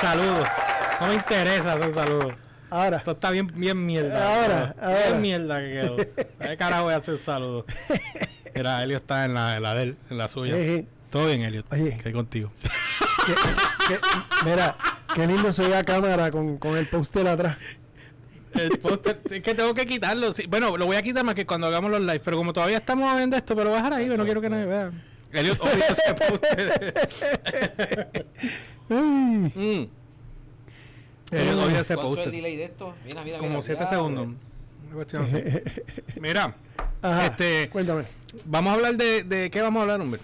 saludos. No me interesa esos saludos. Ahora, Esto está bien, bien mierda. Ahora, quedó. Bien ahora. mierda que quedó. ¿Qué carajo voy a hacer saludos? Mira, Elio está en la, en la de él, en la suya. eh, eh, Todo bien, Elio. Oye. Que contigo. que- que- mira, qué lindo se ve a cámara con, con el postel atrás. El póster, pues, es que tengo que quitarlo. sí. Bueno, lo voy a quitar más que cuando hagamos los live. Pero como todavía estamos viendo esto, pero voy a dejar ahí, no quiero que nadie vea. Elliot odia ese póster. Ay, Mm. Elliot ¿Cuánto odia ese es el póster. delay de esto? Mira, mira, Como mira, 7 mira, segundos. Una cuestión así. Mira, Ajá, Este- cuéntame. vamos a hablar de, de qué vamos a hablar, hombre.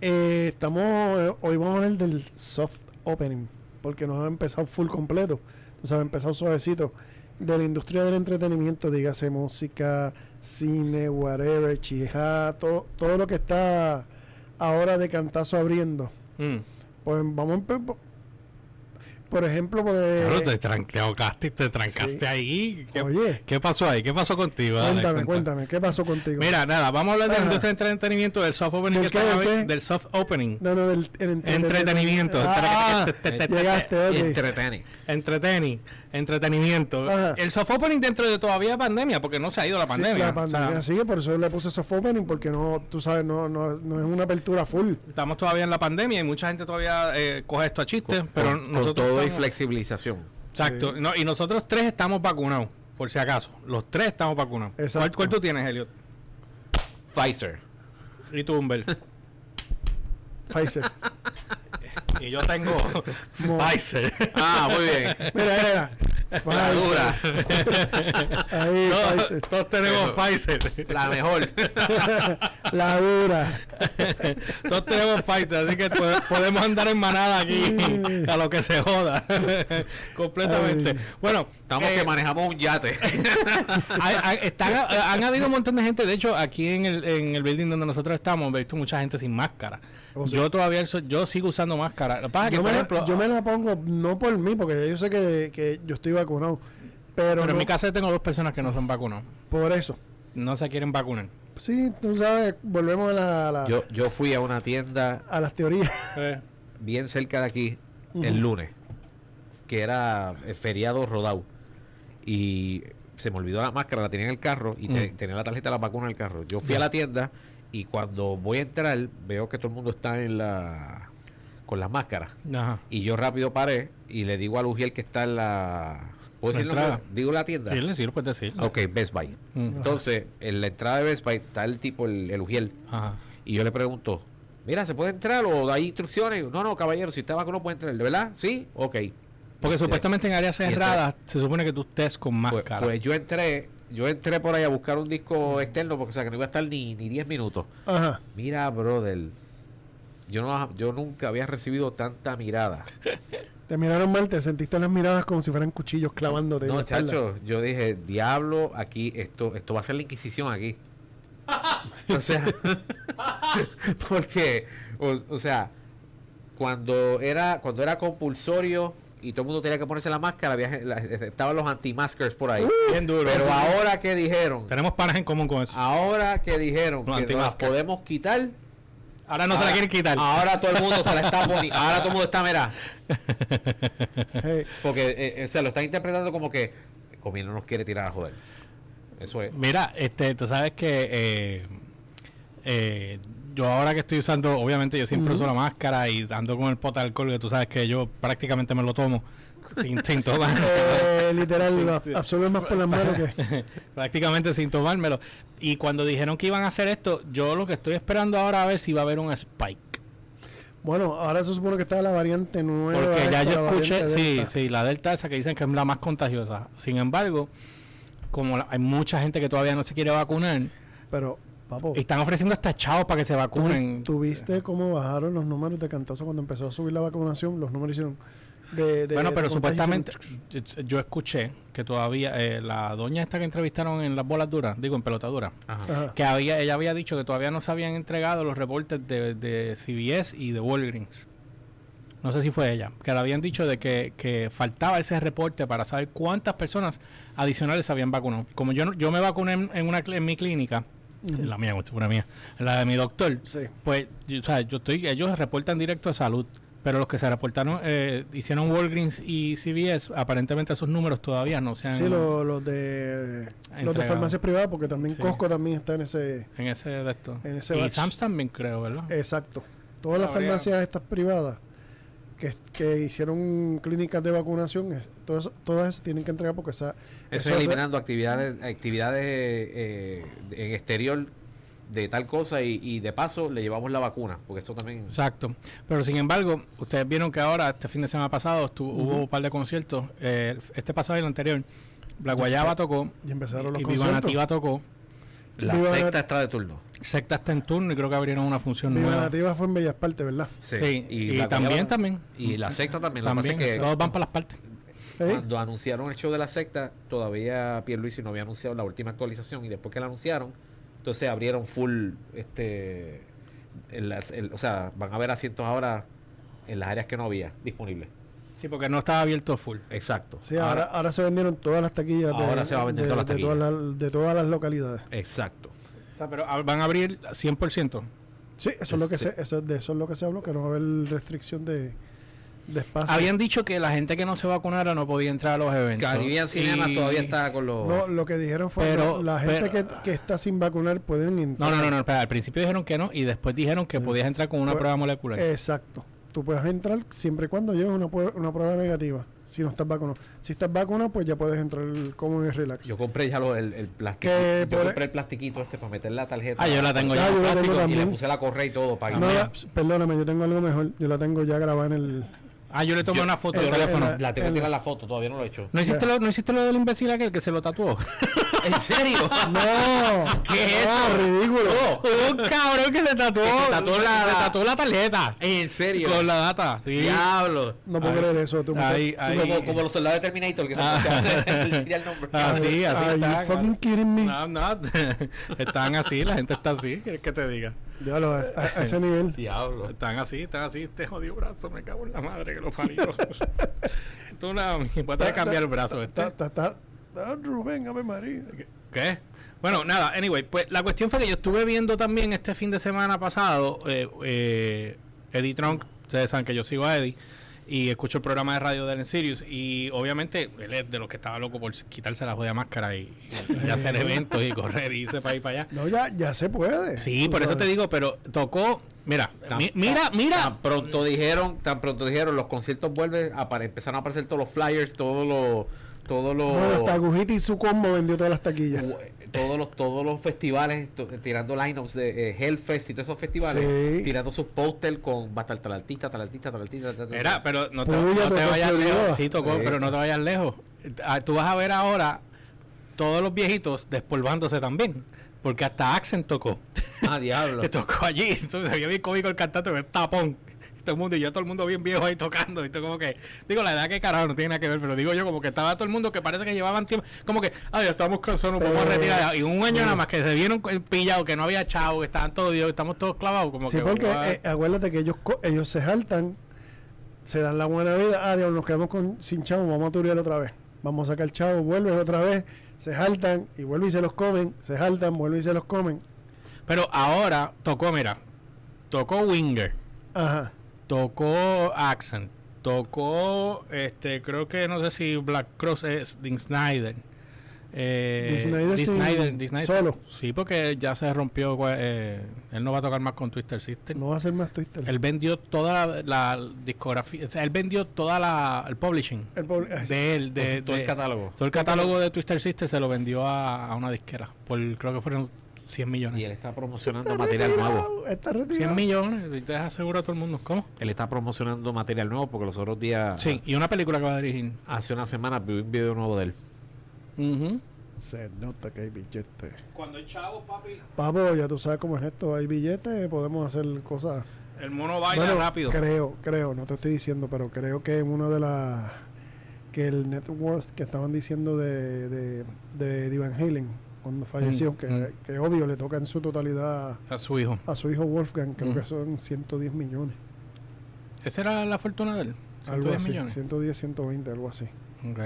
Eh, estamos, eh, hoy vamos a hablar del soft opening, porque nos ha empezado full completo, o sea, ha empezado suavecito, de la industria del entretenimiento, dígase música, cine, whatever, chijá, todo, todo lo que está ahora de cantazo abriendo. Mm. Pues vamos a empe- por ejemplo, pues, Claro, te trancaste, te trancaste sí. ahí. ¿Qué, Oye. ¿Qué pasó ahí? ¿Qué pasó contigo? Dale, cuéntame, cuenta. cuéntame, ¿qué pasó contigo? Mira, nada, vamos a hablar de la Ajá. industria del entretenimiento, del soft opening ¿Del que qué, está- del qué? del soft opening. no, no, del el Entretenimiento. Ah, Te- te- te- te- llegaste, mira. ok. Entretene. Entreteni, entretenimiento. Ajá. El soft opening dentro de todavía pandemia, porque no se ha ido la Sí, pandemia. la pandemia O sea, sigue, por eso le puse soft opening, porque no, tú sabes, no, no, no es una apertura full. Estamos todavía en la pandemia y mucha gente todavía eh, coge esto a chistes, Con- pero con, nosotros todo y estamos- flexibilización. Exacto. Sí. No, y nosotros tres estamos vacunados, por si acaso. Los tres estamos vacunados. Exacto. ¿Cuál, cuál tú tienes, Elliot? Pfizer. Y tú, Humber. Pfizer. y yo tengo Mo- Pfizer. Ah, muy bien. Mira, mira, mira. La Pfizer. dura. Ahí, todos, Pfizer. todos tenemos Pero- Pfizer. La mejor. La dura. Todos tenemos Pfizer, así que po- podemos andar en manada aquí a lo que se joda. Completamente. Ay. Bueno, Estamos eh, que manejamos un yate. hay- hay- están- ha- han habido un montón de gente. De hecho, aquí en el, en el building donde nosotros estamos, he visto mucha gente sin máscara. Oh, sí. Yo todavía so- yo sigo usando máscara. Lo que pasa es que, Yo por me, ejemplo, ah, la, yo me la pongo, no por mí, porque yo sé que, que yo estoy vacunado, pero pero, en no- mi casa yo tengo dos personas que no son vacunados. por eso. No se quieren vacunar. Sí, tú sabes, volvemos a, la, a la- yo, yo fui a una tienda a las teorías. bien cerca de aquí Ujú. el lunes, que era el feriado rodado. Y se me olvidó la máscara, la tenía en el carro y te- Mm. tenía la tarjeta de la vacuna en el carro. Yo fui a Ya. la tienda y cuando voy a entrar veo que todo el mundo está en la con las máscaras. Ajá. Y yo rápido paré y le digo al Ujiel que está en la... ¿Puedo La decir el entrada. nombre? Digo la tienda. Sí, lo- sí, lo puedes decir. Ok, Best Buy. Mm. Entonces, en la entrada de Best Buy está el tipo, el, el Ujiel. Ajá. Y yo le pregunto, mira, ¿se puede entrar o hay instrucciones? No, no, caballero, si está vacunado puede entrar, ¿de verdad? Sí, ok. Porque Ya. supuestamente en áreas Y entonces- cerradas se supone que tú estés con Pues, máscara. pues yo entré, yo entré por ahí a buscar un disco externo porque o sea que no iba a estar ni ni 10 minutos. Ajá. Mira, brother, yo no yo nunca había recibido tanta mirada. Te miraron mal, te sentiste las miradas como si fueran cuchillos clavándote. en No, la espalda. chacho, yo dije, diablo, aquí esto, esto va a ser la Inquisición aquí. o sea, porque, o, o sea, cuando era, cuando era compulsorio y todo el mundo tenía que ponerse la máscara, había gen- la- estaban los anti-maskers por ahí. Bien duro. Pero Uh, Sí. ahora Ah, que dijeron, Tenemos panas en común con eso. ahora que dijeron Los que nos las anti-masker. podemos quitar, Ahora no se la ahora- quieren quitar. Ahora todo el mundo se la está poniendo, ahora todo el mundo está, mira, Hey. porque eh, eh, se lo está interpretando como que Comino no nos quiere tirar a joder. Eso es. Mira, este, tú sabes que eh, eh, yo ahora que estoy usando, obviamente yo siempre uso la máscara y ando con el pot de alcohol, que tú sabes que yo prácticamente me lo tomo sin, sin tomar. Eh, literal, lo ab- absorbes más por las manos que. prácticamente sin tomármelo. Y cuando dijeron que iban a hacer esto, yo lo que estoy esperando ahora a ver si va a haber un spike. Bueno, ahora se supone que está la variante nueva. Porque ya esta, yo la escuché, variante sí, Delta. sí, la delta esa que dicen que es la más contagiosa. Sin embargo, como la- hay mucha gente que todavía no se quiere vacunar, Pero, papo, y están ofreciendo hasta chavos para que se vacunen. Oh. ¿tú viste cómo bajaron los números de cantazo cuando empezó a subir la vacunación? Los números hicieron. De, de- bueno, pero de contagios supuestamente hicieron- yo- yo escuché que todavía eh, la doña esta que entrevistaron en las bolas duras, digo en pelotaduras, Ajá. Ajá. que había ella había dicho que todavía no se habían entregado los reportes de, de CBS y de Walgreens. No sé si fue ella, que le habían dicho de que, que faltaba ese reporte para saber cuántas personas adicionales se habían vacunado. Como yo no- yo me vacuné en, en una cl- en mi clínica, en la mía, como si fuera mía, en la de mi doctor. Sí. Pues, yo, o sea, yo estoy, ellos reportan directo a salud. Pero los que se reportaron, eh, hicieron Walgreens y CVS, aparentemente esos números todavía no se han... Sí, lo- los de los de entregado. farmacias privadas, porque también Sí. Costco también está en ese. En ese de esto. En ese y batch. Eh. Sam's también creo, ¿verdad? Exacto. Todas las Habría- farmacias estas privadas que, que hicieron clínicas de vacunación, es- todas, todas esas tienen que entregar porque esa, Eso eso- es eliminando actividades, actividades eh, eh, en exterior de tal cosa y, y de paso le llevamos la vacuna, porque eso también... Exacto. Pero sin embargo, ustedes vieron que ahora, este fin de semana pasado, estuvo- hubo un par de conciertos. eh, este pasado y el anterior, Black Guayaba tocó. y empezaron los y Viva conciertos. Nativa tocó. la Viva secta la- está de turno. Secta está en turno y creo que abrieron una función Viva nueva. Nativa fue en Bellas Partes, ¿verdad? Sí. y Y, la- también, también. Y la secta también. Lo que También, pasa es que todos van para las partes. Sí. Cuando anunciaron el show de la secta, todavía Pierluisi no había anunciado la última actualización y después que la anunciaron, entonces abrieron full, este, el- el- o sea, van a haber asientos ahora en las áreas que no había disponibles. Sí, porque no estaba abierto full. Exacto. Sí, ahora, ahora, se vendieron todas las taquillas de, Ahora se va a vender de- todas las de taquillas. todas las- de todas las localidades. exacto. O sea, pero ah, van a abrir 100%. Sí, eso es lo que Este- se, eso, de eso es lo que se habló, que no va a haber restricción de, de espacio. Habían dicho que la gente que no se vacunara no podía entrar a los eventos. Caribbean Cinema Y- todavía está con los... No, lo que dijeron fue Pero- que la gente pero- que, que está sin vacunar pueden No, entrar. no, no, no, espera, al principio dijeron que no y después dijeron que Sí. podías entrar con una Pues, prueba molecular. Exacto. Tú puedes entrar siempre y cuando lleves una, pue- una prueba negativa, si no estás vacunado. Si estás vacunado, pues ya puedes entrar como en relax. Yo compré ya lo- el, el plástico. Que Yo por- compré el plastiquito este para meter la tarjeta. Ah, yo la tengo Ah, ya. yo la tengo plástico. Y también. le puse la correa y todo para No, que- ya, perdóname, yo tengo algo mejor. Yo la tengo ya grabada en el... Ah, yo le tomé Yo- una foto yo eh, del la- teléfono. la- La tengo el- que tirar la foto, todavía no lo he hecho. ¿No, hiciste lo, ¿No hiciste lo del imbécil aquel que se lo tatuó? ¿En serio? ¡No! ¿Qué es ¡Ah, eso? ridículo! Oh, un cabrón que se tatuó, Que se tatuó la- se tatuó la tarjeta. ¿En serio? Con la data. Sí. Diablo. No puedo Ahí- creer eso. Tú, ahí- ahí- Como, como los soldados de Terminator que se Ah. el serial number. Ah, sí, así Ah. Are you están. fucking kidding me? No, I'm not. están así, la gente está así, ¿quieres que te diga? Ya lo, a, a- a ese nivel. Diablo. Están así, están así, este jodido brazo, me cago en la madre que lo parió. Tú no, voy a tener que cambiar el brazo. Este. Ta- ta- ta- ta- Rubén, Ave María. ¿Qué? Bueno, nada, anyway, pues la cuestión fue que yo estuve viendo también este fin de semana pasado, eh, eh, Eddie Trunk, ustedes saben que yo sigo a Eddie, y escucho el programa de radio de él en Sirius, y obviamente él es de los que estaba loco por quitarse la jodida máscara y, y hacer eventos y correr y irse para ahí para allá. No, ya, ya se puede. Sí, Tú por eso te sabes. digo, pero tocó, mira, Tan- mi- mira, mira, Tan pronto dijeron, tan pronto dijeron, los conciertos vuelven, a, para, empezaron a aparecer todos los flyers, todos los, todos los, Bueno, hasta Agujita y su combo vendió todas las taquillas. u- eh, todos los, todos los festivales, to- tirando lineups de eh, Hellfest y todos esos festivales, Sí. tirando sus póster con va a estar tal artista, tal artista, tal artista, tal- tal- Mira, pero no te, Puya no te tocó vayas Florida. lejos. Sí, tocó, Sí. pero no te vayas lejos. Ah, Tú vas a ver ahora todos los viejitos despolvándose también. Porque hasta Accent tocó. Ah, diablo. Le tocó allí. Entonces había bien cómico el cantante con el tapón. Y Todo el mundo, y yo todo el mundo bien viejo ahí tocando. Y tú como que, digo, la edad que carajo no tiene nada que ver, pero digo yo como que estaba todo el mundo que parece que llevaban tiempo. Como que, ay, estamos cansados, nos podemos Pero- retirar. Y un año nada más que se vieron pillados, que no había chavo, que estaban todos, estamos todos clavados. Como Sí, que, porque what? eh, acuérdate que ellos, co- ellos se saltan, se dan la buena vida. Ah, Dios, nos quedamos con, sin chavo, vamos a turear otra vez. Vamos a sacar chavo, vuelven otra vez, se saltan y vuelven y se los comen, se saltan, vuelven y se los comen. Pero ahora tocó, mira, tocó Winger, Ajá. tocó Accent, tocó, este, creo que no sé si Black Cross es Dean Snyder. Eh, Dean Snyder sin- Dean Snyder solo. Sí, porque ya se rompió. eh, él no va a tocar más con Twister System. No va a ser más Twitter. Él vendió toda la, la discografía. O sea, él vendió toda la el publishing El pobre- ay, de él, de, todo el de- catálogo. todo el catálogo de Twister System se lo vendió a, a una disquera por creo que fueron 100 millones. Y él está promocionando está material retirado, nuego. Está 100 retirado. millones, y te asegura a todo el mundo. ¿Cómo? Él está promocionando material nuevo porque los otros días, Sí, y una película que va a dirigir. hace una semana, vi un video nuevo de él. Se nota que hay billetes. Cuando el chavo, papi, Papo, ya tú sabes cómo es esto. Hay billetes, podemos hacer cosas. el mono baila Bueno, rápido. Creo, creo, no te estoy diciendo, pero creo que en una de las. que el net worth que estaban diciendo de, de, de, de Van Halen cuando falleció, Mm, que, mm. que obvio le toca en su totalidad A su hijo. a su hijo Wolfgang, creo Mm. que son 110 millones. Esa era la fortuna de él. Algo 110 así, millones. 110, 120, algo así. Ok.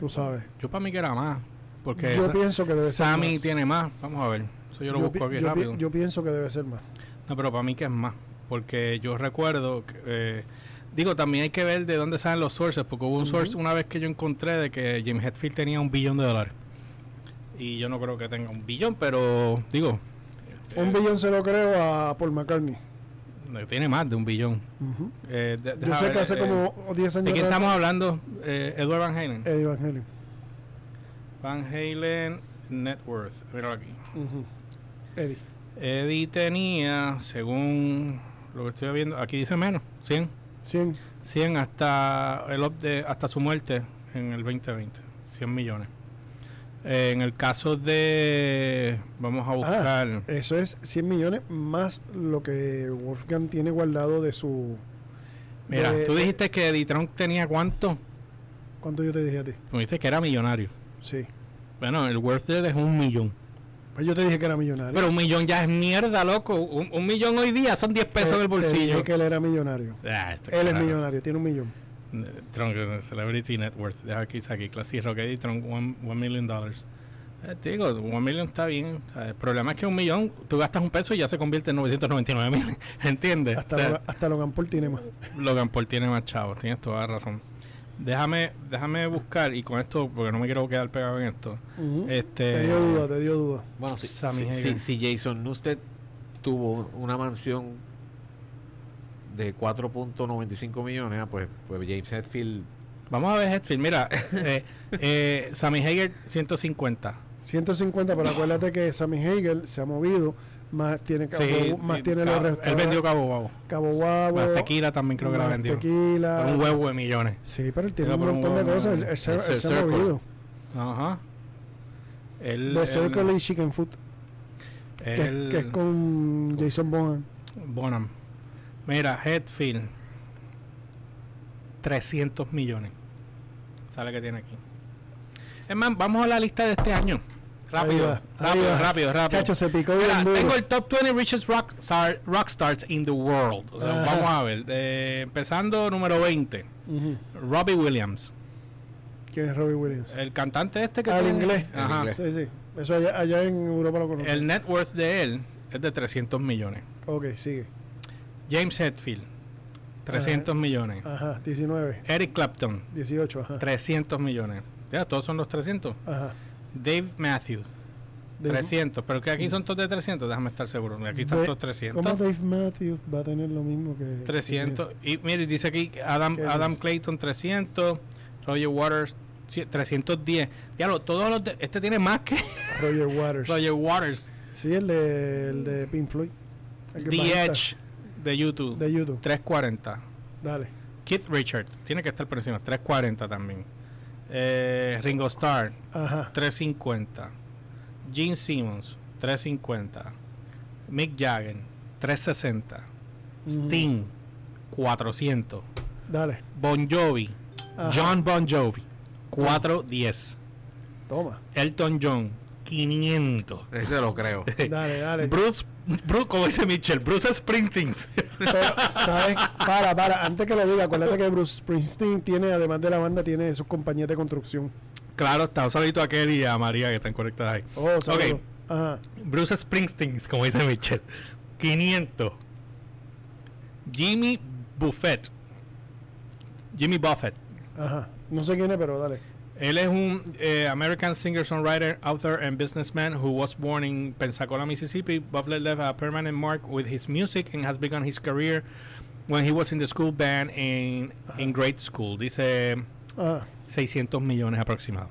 Tú sabes. Yo para mí que era más. Porque yo esa- pienso que debe Sammy ser más. tiene más. Vamos a ver. Eso yo lo Yo pi- busco aquí yo pi- rápido. yo pienso que debe ser más. No, pero para mí que es más. Porque yo recuerdo que, eh, Digo, también hay que ver de dónde salen los sources, porque hubo un source una vez que yo encontré de que Jim Hetfield tenía un billón de dólares. Y yo no creo que tenga un billón, pero digo, Un billón se lo creo a Paul McCartney. tiene más de un billón. Ujú. Eh, de- Yo deja sé ver, que hace eh, como 10 años ¿De quién atrás- estamos hablando? Eh, Edward Van Halen. Eddie Van Halen. Van Halen Net Worth. Míralo aquí. Ujú. Eddie. Eddie tenía, según lo que estoy viendo, aquí dice menos, 100. 100. 100 hasta, el op- de- hasta su muerte en el 2020. 100 millones. Eh, en el caso de... Vamos Ah, a buscar... Eso es 100 millones más lo que Wolfgang tiene guardado de su... Mira, de- tú dijiste que Eddie Trump tenía cuánto? ¿Cuánto yo te dije a ti? Tú dijiste que era millonario. Sí. Bueno, el worth de él es un millón. Pues yo te dije que era millonario. Pero un millón ya es mierda, loco. Un, un millón hoy día son 10 pesos en el Te- te dije bolsillo. Eh, que él era millonario. Ah, este Él es carajo. millonario, tiene un millón. Eh, Trump, eh, Celebrity Net Worth. Deja aquí, aquí. Classy Rock Eddie Trump, one, one million dollars. Eh, te digo, one million está bien. o sea, el problema es que un millón, tú gastas un peso y ya se convierte en 999 mil. ¿Entiendes? Hasta, O sea, Logan- hasta Logan Paul tiene más. Logan Paul tiene más chavos, tienes toda la razón. Déjame, déjame buscar, y con esto, porque no me quiero quedar pegado en esto. Ujú. Este, te dio duda, te dio duda. Bueno, si, Sammy si- Hagar. si- si Jason Newsted tuvo una mansión de 4.95 millones, ah, pues, pues James Hetfield. Vamos a ver Hetfield. Mira, eh, eh, Sammy Hager 150. 150, pero acuérdate que Sammy Hagel se ha movido, más tiene, Cabo- Sí, más sí, tiene Cabo- los Él vendió restaurantes. Cabo Guabo. Cabo Guabo. Más tequila también creo que la más vendió. tequila. Por un huevo de millones. Sí, pero él tiene Era un por un montón de huevo, cosas. ¿no? Él, él se, El él se ha Circle. movido. Ajá. Él, The él- Circle y Chicken Food, que, él- que es con Jason Bonham. Bonham. Mira, Hetfield. 300 millones. Sale que tiene aquí. Es más, vamos a la lista de este año. Rápido, Ahí va, ahí rápido, va. rápido, rápido. Chacho, se picó bien Mira, duro. tengo el top 20 richest rock, star- rock stars in the world. O sea, Ajá. vamos a ver. Eh, empezando número 20, Ujú. Robbie Williams. ¿Quién es Robbie Williams? El cantante este que Ah, el tiene- inglés. Ajá. El inglés. Sí, sí. Eso allá, allá en Europa lo conocen. El net worth de él es de 300 millones. Ok, sigue. James Hetfield, 300 millones. Ajá, 19, Eric Clapton, 18, ajá. 300 millones. Ya, todos son los 300. Ajá. Dave Matthews, De- 300. Pero que aquí son todos de 300, déjame estar seguro. Aquí están de- todos 300. ¿Cómo Dave Matthews va a tener lo mismo que... 300. Y mire, dice aquí Adam, ¿Qué Adam dice? Clayton 300, Roger Waters sí, 310. Diablo, todos los de- este tiene más que Roger Waters. Roger Waters. Sí, el de, el de Pink Floyd. El que The bajista Edge de YouTube De YouTube. 340. Dale. Keith Richard tiene que estar por encima 340 también. Eh, Ringo Starr Ajá. 350. Gene Simmons 350. Mick Jagger 360. Ujú. Sting 400. Dale. Bon Jovi Ajá. John Bon Jovi, 410. Toma. Elton John, 500. Ese lo creo. Dale, dale. Bruce, Bruce, como dice Mitchell, Bruce Sprinting. Pero, ¿sabes? Para, para. Antes que lo diga, acuérdate que Bruce Springsteen tiene, además de la banda, tiene sus compañías de construcción. claro está, un saludito a Kelly y a María que están conectadas ahí. Oh, saludo. Ok. Ajá. Bruce Springsteen, como dice Mitchell, 500. Jimmy Buffett. Jimmy Buffett. Ajá. No sé quién es, pero dale. Él es un eh, American singer, songwriter, author, and businessman who was born in Pensacola, Mississippi. Buffett left a permanent mark with his music and has begun his career when he was in the school band in, in grade school. Dice Ajá. 600 millones aproximado.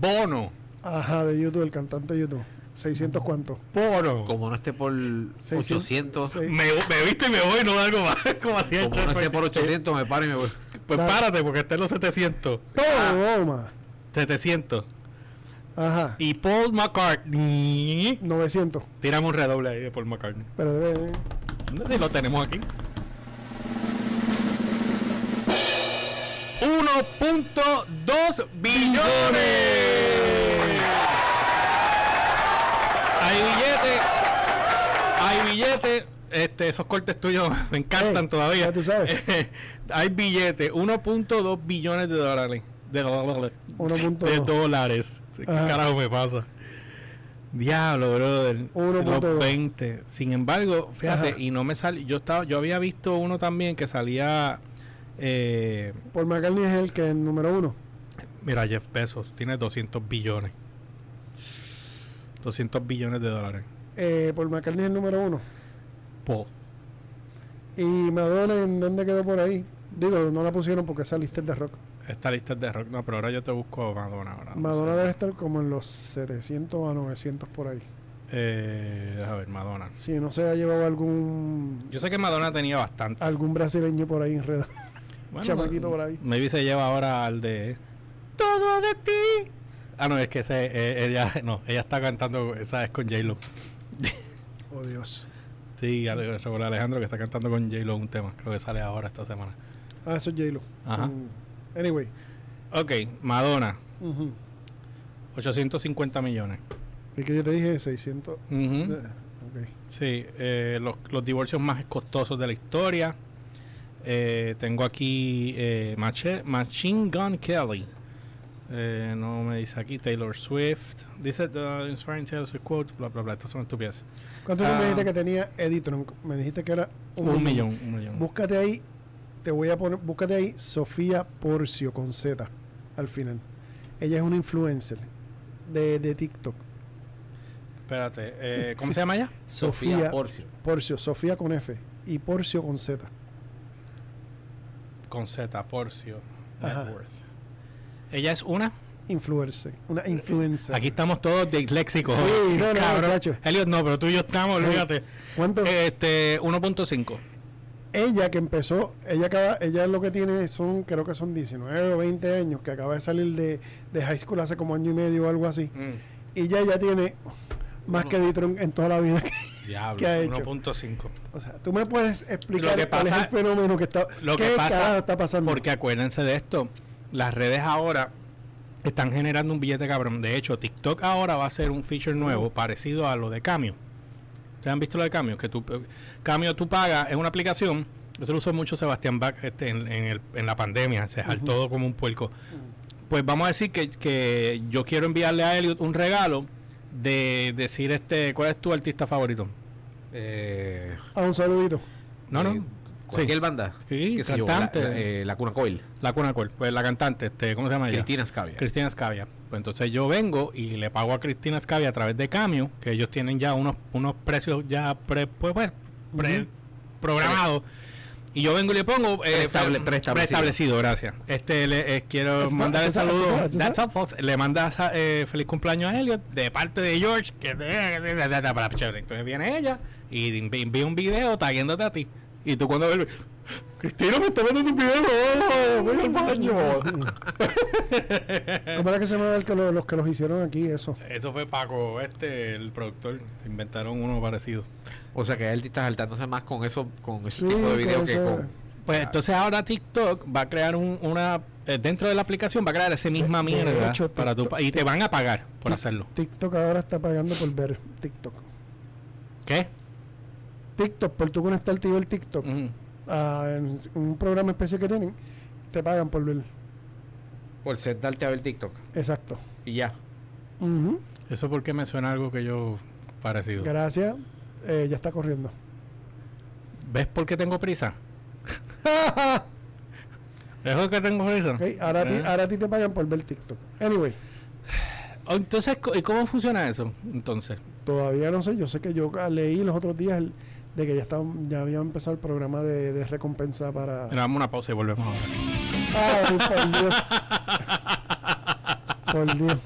Bono. Ajá, de YouTube, el cantante de YouTube. 600 cuánto. Bono. Como no esté por 800. 600. Me, me viste y me voy, no algo más. Como hacía el Como no esté Chef. por 800, me paro y me voy. Pues párate, porque está en los 700. Toma. 700. Ajá. Y Paul McCartney. 900. Tiramos un redoble ahí de Paul McCartney. Pero debe. Y lo tenemos aquí. 1.2 billones. Hay billete. Hay billete. Este, esos cortes tuyos me encantan Ey, todavía. ya tú sabes. hay billete. 1.2 billones de dólares. De dólares. 1.2. De dólares. ¿Qué Ajá. carajo me pasa? Diablo, brother. Uno por Los todo. 20. Sin embargo, fíjate, Ajá. y no me sale. Yo estaba, yo había visto uno también que salía. eh, Paul McCartney es el que es el número uno. mira, Jeff Bezos tiene 200 billones. 200 billones de dólares. Eh, Paul McCartney es el número uno. Paul. Y Madonna, ¿en dónde quedó por ahí? Digo, no la pusieron porque esa lista es de rock. Esta lista es de rock. No, pero ahora yo te busco Madonna. Ahora, no Madonna sé. debe estar como en los 700 a 900 por ahí. Eh, a ver, Madonna. Si no se ha llevado algún Yo sé que Madonna tenía bastante. algún brasileño por ahí enredado. chamaquito por ahí. eh, Maybe se lleva ahora al de Todo de ti. Ah, no, es que ese, eh, ella, no, ella está cantando, esa es con J-Lo. Oh Dios. Sí, Ale- sobre Alejandro que está cantando con J-Lo un tema. Creo que sale ahora esta semana. Ah, eso es J-Lo. Ajá. Mm. Anyway. Ok, Madonna, Ujú. 850 millones. Y que yo te dije 600. Ujú. Eh, ok. Sí, eh, los, los divorcios más costosos de la historia. Eh, tengo aquí eh, Mache- Machine Gun Kelly. Eh, no me dice aquí Taylor Swift. Dice the inspiring Taylor Swift quote, bla, bla, bla. Estos son estupideces. ¿Cuánto Ah. me dijiste que tenía Eddie Trunk? Me dijiste que era Un, millón, un millón. Búscate ahí, te voy a poner, búscate ahí Sofía Porcio con Z al final. Ella es una influencer de, de TikTok. Espérate, eh, ¿cómo se llama ella? Sofía, Porcio. Porcio, Sofía con F y Porcio con Z. Con Z, Porcio, Ajá. Networth. Ella es una. Influencer, una influencer. Eh, Aquí estamos todos disléxicos. Sí, hoy, no, no, cabrón. muchacho. Elliot, no, pero tú y yo estamos, Ey. olvídate. ¿Cuánto? Este, 1.5. ella que empezó, ella acaba, ella lo que tiene son, creo que son 19 o 20 años, que acaba de salir de, de high school hace como año y medio o algo así. Mm. Y ya ya tiene más que Eddie Trunk en toda la vida. Diablo, ¿Qué ha hecho? 1.5. O sea, tú me puedes explicar Lo que cuál es pasa- el fenómeno que está, Lo qué que pasa, carajo está pasando. porque acuérdense de esto, las redes ahora están generando un billete cabrón. De hecho, TikTok ahora va a ser un feature nuevo parecido a lo de Cameo. ¿Ustedes han visto lo de Cameo? Que tú, Cameo tú pagas, es una aplicación, eso lo usó mucho Sebastián Bach este, en, en el- en la pandemia, se saltó como un puerco. Pues vamos a decir que, que yo quiero enviarle a Elliot un regalo de decir este cuál es tu artista favorito. Eh, Ah, un saludito. No, eh, no. Cualquier banda. Sí, qué sé yo, cantante. la, la- eh, la Cuna Coil. La Cuna Col, pues la cantante, este, ¿cómo se llama ella? Cristina Scavia. Cristina Scavia. Pues entonces yo vengo y le pago a Cristina Scavia a través de Cameo, que ellos tienen ya unos, unos precios ya pre, pues, pues, pre- Ujú. programados. Y yo vengo y le pongo eh, Preestable- pre- preestablecido. preestablecido, gracias. Este le eh, quiero That's all, mandar el that's all, saludo. that's all, that's That's all, folks. Le manda sa- eh, feliz cumpleaños a Elliot de parte de George, que te- entonces viene ella y envi- envía un video taguiéndote a ti. Y tú cuando vuelves, Cristina me está mandando un video, voy al baño. ¿Cómo era que se llamaba el que lo- los que los hicieron aquí? Eso. Eso fue Paco, este, el productor. Inventaron uno parecido. O sea que él está saltándose más con eso, con ese Sí, tipo de video con que ese- con. Pues entonces ahora TikTok va a crear un- una. eh, dentro de la aplicación va a crear esa misma De- de mierda hecho, para tu, TikTok- y te van a pagar por hacerlo. TikTok ahora está pagando por ver TikTok. ¿Qué? TikTok, por tu conectarte y ver TikTok. Mm. ah, en un programa especial que tienen, te pagan por ver. Por sentarte a ver TikTok. Exacto. Y ya. Ujú. Eso porque me suena algo que yo parecido. Gracias. Eh, ya está corriendo. ¿Ves por qué tengo prisa? ¿Ves por qué tengo prisa? Ok, Ahora, a ti, Eh. ahora a ti te pagan por ver TikTok. Anyway, Entonces, co- ¿y cómo funciona eso? Entonces, todavía no sé. Yo sé que yo ah, leí los otros días el- de que ya, estaban, ya había empezado el programa de, de recompensa para. damos una pausa y volvemos ahora. Ay, por Dios. Por Dios.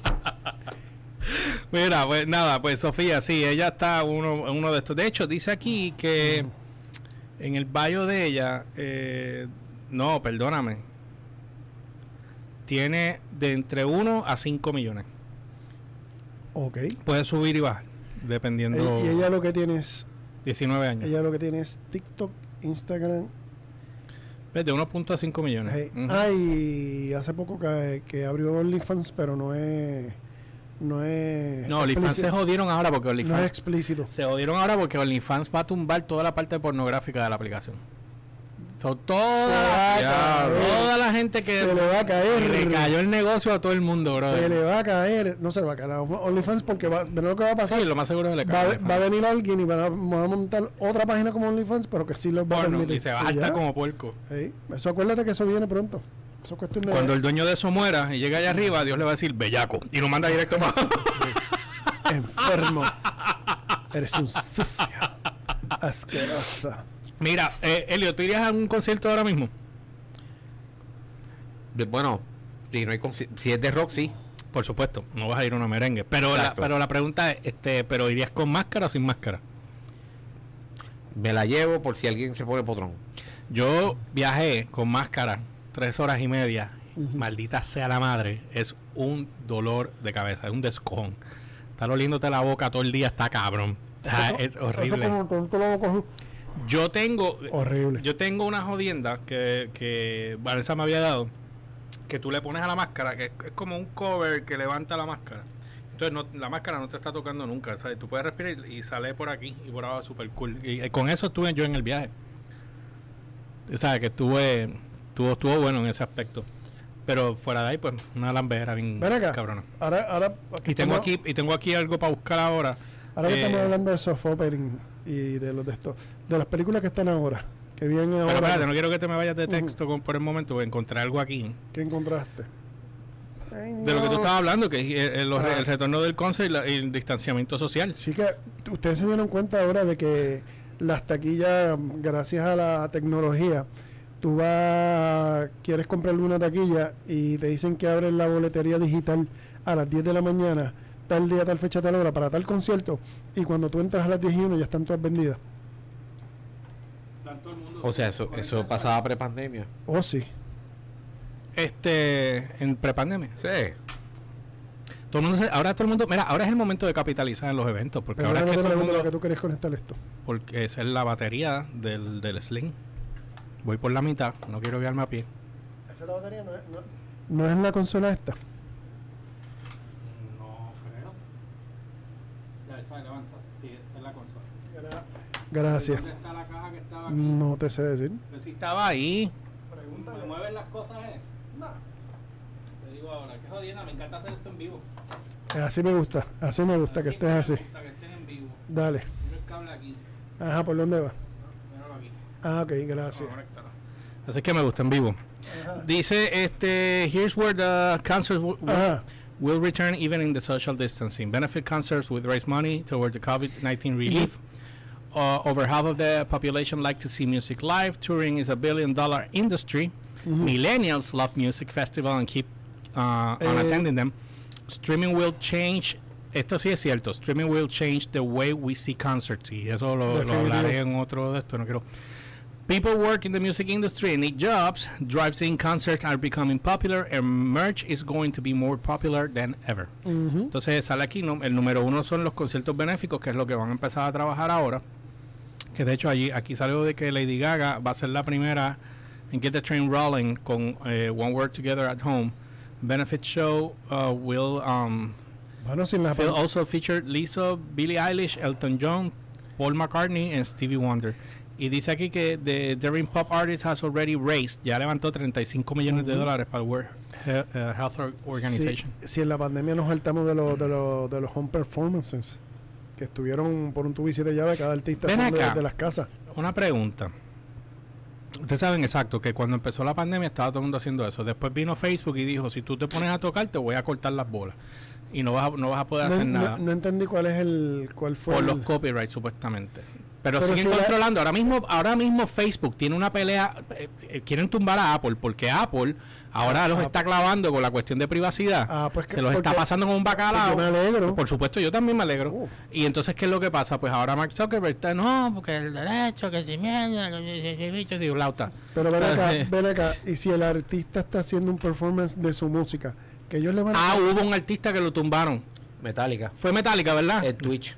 Mira, pues nada, pues Sofía, sí, ella está uno, uno de estos. De hecho, dice aquí que en el baño de ella, eh, no, perdóname, tiene de entre 1 a 5 millones. Ok. Puede subir y bajar, dependiendo. Eh, Y ella lo que tiene es, 19 años. ella lo que tiene es TikTok, Instagram. ¿Ves? De 1.5 millones. Ay, Ujú. ay, hace poco que, que abrió OnlyFans, pero no es, no es. no, OnlyFans se explícito. jodieron ahora porque No es OnlyFans. explícito. se jodieron ahora porque OnlyFans va a tumbar toda la parte pornográfica de la aplicación. So, toda, Se va a caer. toda la gente que se le va a caer. le cayó el negocio a todo el mundo, bro. Se le va a caer. No se le va a caer a OnlyFans porque va, verá lo que va a pasar. Sí, lo más seguro es que le va, cae. a- va a venir alguien y van a, va a montar otra página como OnlyFans, pero que sí los va a Porno, permitir. y se va a Y hartar ya. como puerco. Sí. Eso acuérdate que eso viene pronto. Eso es cuestión de. Cuando el dueño de eso muera y llegue allá arriba, Dios le va a decir bellaco. Y lo manda directo para. enfermo. Eres un sucio. Asquerosa. Mira, eh, Elio, ¿tú irías a un concierto ahora mismo? De- Bueno, si, no hay conci- si es de rock, sí. Por supuesto, no vas a ir a una merengue. Pero la, Exacto. pero la pregunta es, este, ¿pero irías con máscara o sin máscara? Me la llevo por si alguien se pone potrón. Yo viajé con máscara tres horas y media. Ujú. Maldita sea la madre. Es un dolor de cabeza, es un descojón. Estar oliéndote la boca todo el día está cabrón. O sea, Ah, es horrible. Eso como que tú lo coges- Yo tengo. Horrible. Yo tengo una jodienda que, que Vanessa me había dado, que tú le pones a la máscara, que es, es como un cover que levanta la máscara. Entonces no, la máscara no te está tocando nunca, ¿sabes? Tú puedes respirar y sale por aquí y por abajo super cool. Y eh, con eso estuve yo en el viaje. O sea, que estuve, estuvo, estuvo bueno en ese aspecto. Pero fuera de ahí, pues, una lambera bien Ven acá. cabrona. Ahora, ahora, Y tengo, aquí, y tengo aquí algo para buscar ahora. Ahora que Eh, estamos hablando de soft opening y de los de estos, de las películas que están ahora, que vienen ahora, Pero espérate, no quiero que te me vayas de texto con- por el momento, porque encontré algo aquí. ¿qué encontraste? Ay, De lo que tú no. estabas hablando, que es el, el- los re- Ah. el retorno del concert y, la- y el distanciamiento social. Sí que ustedes se dieron cuenta ahora de que las taquillas, gracias a la tecnología, tú vas, quieres comprar una taquilla y te dicen que abren la boletería digital a las 10 de la mañana, tal día, tal fecha, tal hora, para tal concierto, y cuando tú entras a las 10 y 1 ya están todas vendidas. O sea, eso, eso pasaba prepandemia. Oh, sí. Este, en prepandemia. Sí. Todo el mundo se- ahora todo el mundo, mira, ahora es el momento de capitalizar en los eventos, porque Pero ahora ahora es no que te todo el pregunto lo que mundo, tú querías conectar esto. porque esa es la batería del, del sling. Voy por la mitad, no quiero guiarme a pie. Esa la batería no es, no, es la consola esta. No, creo. Ya, esa levanta, sí, esa es la consola. Gracias. está la caja que estaba No te sé decir. Pero si estaba ahí. Pregúntale. mueven las cosas, eh. Te digo ahora, qué jodida, me encanta hacer esto en vivo. Así me gusta, así me gusta que estés así. que estén en vivo. Dale. Mira el cable aquí. Ajá, ¿por dónde va? Míralo aquí. Ah, ok, gracias. Así que me gusta en vivo. Dice este here's where the concerts w- w- Ajá. will return even in the social distancing. Benefit concerts with raise money toward the COVID-19 relief. Uh, over half of the population like to see music live. Touring is a billion dollar industry. Millennials love music festival and keep uh, on Eh, attending them. Streaming will change. Esto sí es cierto. Streaming will change the way we see concerts. Y eso lo, lo Definitivo. hablaré en otro de esto. No quiero. People work in the music industry and need jobs. Drive-in concerts are becoming popular, and merch is going to be more popular than ever. Ujú. Entonces sale aquí, ¿no? el número uno son los conciertos benéficos, que es lo que van a empezar a trabajar ahora. Que de hecho allí, aquí salió de que Lady Gaga va a ser la primera en Get the Train Rolling con eh, One Word Together at Home. Benefit Show uh, will um, Bueno, sin la will also feature Lizzo, Billie Eilish, Elton John, Paul McCartney and Stevie Wonder. Y dice aquí que the Daring Pop Artist has already raised, ya levantó 35 millones de dólares para el World He- eh, Health Or- Organization. Si, si en la pandemia nos saltamos de, los de, los de los home performances, que estuvieron por un tubo y siete llaves cada artista Ven haciendo acá. desde las casas. Una pregunta. Ustedes saben exacto que cuando empezó la pandemia estaba todo el mundo haciendo eso. Después vino Facebook y dijo, si tú te pones a tocar, te voy a cortar las bolas. Y no vas a, no vas a poder No, hacer no- nada. no entendí cuál es el cuál fue por los Pues el- copyrights, supuestamente. Pero, Pero siguen si la- controlando. Ahora mismo, ahora mismo Facebook tiene una pelea. eh, eh, quieren tumbar a Apple porque Apple ahora los Apple. está clavando con la cuestión de privacidad. pues- Ah, pues que- Se los está porque- pasando con un Pues bacalao. yo me alegro. Por supuesto, yo también me alegro. Oh. Y entonces, ¿qué es lo que pasa? Pues ahora Mark Zuckerberg está, no, porque el derecho, que si mierda, que si- si- si bicho, digo, lauta. Pero ven acá, Eh, ven acá. Y si el artista está haciendo un performance de su música, que ellos le van a. Ah, hubo un artista que lo tumbaron. Metallica. Fue Metallica, ¿verdad? En Twitch.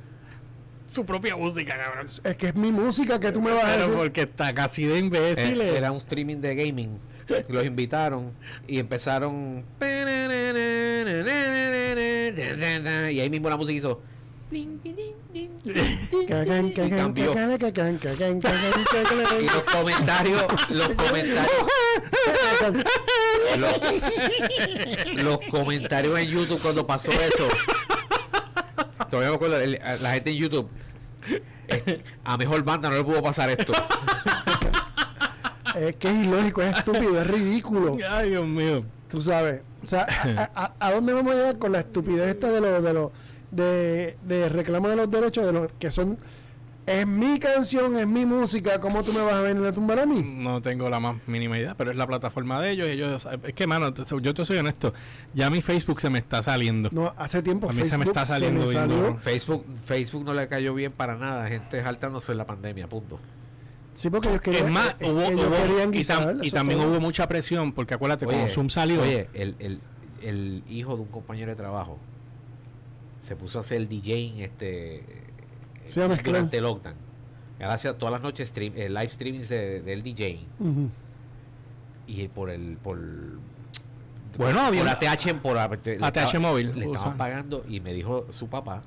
Su propia música, cabrón. Es que es mi música que tú me vas a Pero decir. porque está casi de Eh, imbécil. era un streaming de gaming. Y los invitaron y empezaron. Y ahí mismo la música hizo. Cacán, cacán, cambió. cacán, cacán, cacán, cacán, cacán, Y los comentarios, los comentarios, cacán. los, los comentarios en YouTube cuando pasó eso. Todavía me acuerdo, el- la gente en YouTube. eh, A mejor banda no le pudo pasar esto. Es que es ilógico, es estúpido, es ridículo. Ay, Dios mío. Tú sabes. O sea, a, a- a- ¿a dónde vamos a llegar con la estupidez esta de los de los de, de reclamo de los derechos de los que son es mi canción, es mi música, ¿cómo tú me vas a venir a tumbar a mí? No tengo la más mínima idea, pero es la plataforma de ellos. ellos es que, mano, t- yo te soy honesto. Ya mi Facebook se me está saliendo. No, hace tiempo A mí se me está saliendo bien duro. Facebook, Facebook no le cayó bien para nada. Gente jaltándose en la pandemia, punto. Sí, porque ellos querían Es más, es hubo, que ellos hubo- querían y, tam- guisar, y eso también todo. hubo mucha presión, porque acuérdate, cuando Oye, Zoom salió, Oye, el, el- el hijo de un compañero de trabajo se puso a hacer DJ este, eh, Sí, a mezclar. durante el lockdown. Él hacía todas las noches stream- eh, live streamings de- del DJ. Ujú. Y por el. Por, Bueno, por había- ATH, por la- le ATH estaba- móvil, Le o estaban sea. pagando y me dijo su papá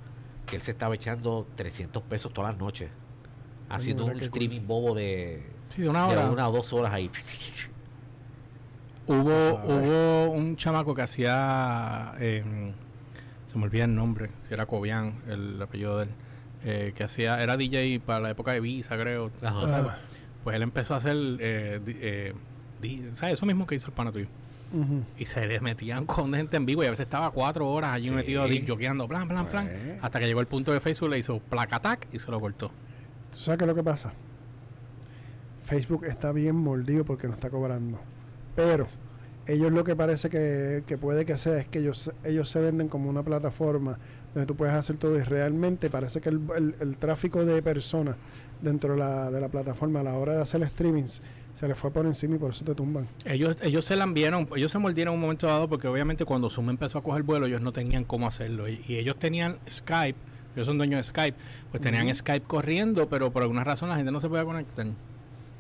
que él se estaba echando 300 pesos todas las noches. Haciendo mira un qué streaming bobo de, sí, de una de hora, una o dos horas ahí. hubo, Tú sabes. hubo un chamaco que hacía, eh, se me olvida el nombre, si era Cobian, el apellido de él, eh, que hacía, era DJ para la época de Visa, creo. Ajá. o sea, Ah, Pues él empezó a hacer, eh, di- eh, di- ¿sabes? Eso mismo que hizo el pana tuyo. Ah, ujú. Y se le metían con gente en vivo y a veces estaba cuatro horas allí Sí. metido disjoqueando, plan, plan, plan. Pues. Hasta que llegó el punto de Facebook, le hizo placatac y se lo cortó. ¿Tú sabes qué es lo que pasa? Facebook está bien mordido porque no está cobrando. Pero ellos lo que parece que, que puede que sea es que ellos, ellos se venden como una plataforma donde tú puedes hacer todo y realmente parece que el, el- el tráfico de personas dentro de la, de la plataforma a la hora de hacer streamings se les fue por encima y por eso te tumban. Ellos, ellos se lambieron, ellos se mordieron en un momento dado porque obviamente cuando Zoom empezó a coger vuelo ellos no tenían cómo hacerlo y, y ellos tenían Skype, ellos son dueños de Skype, pues tenían Skype corriendo, pero por alguna razón la gente no se podía conectar.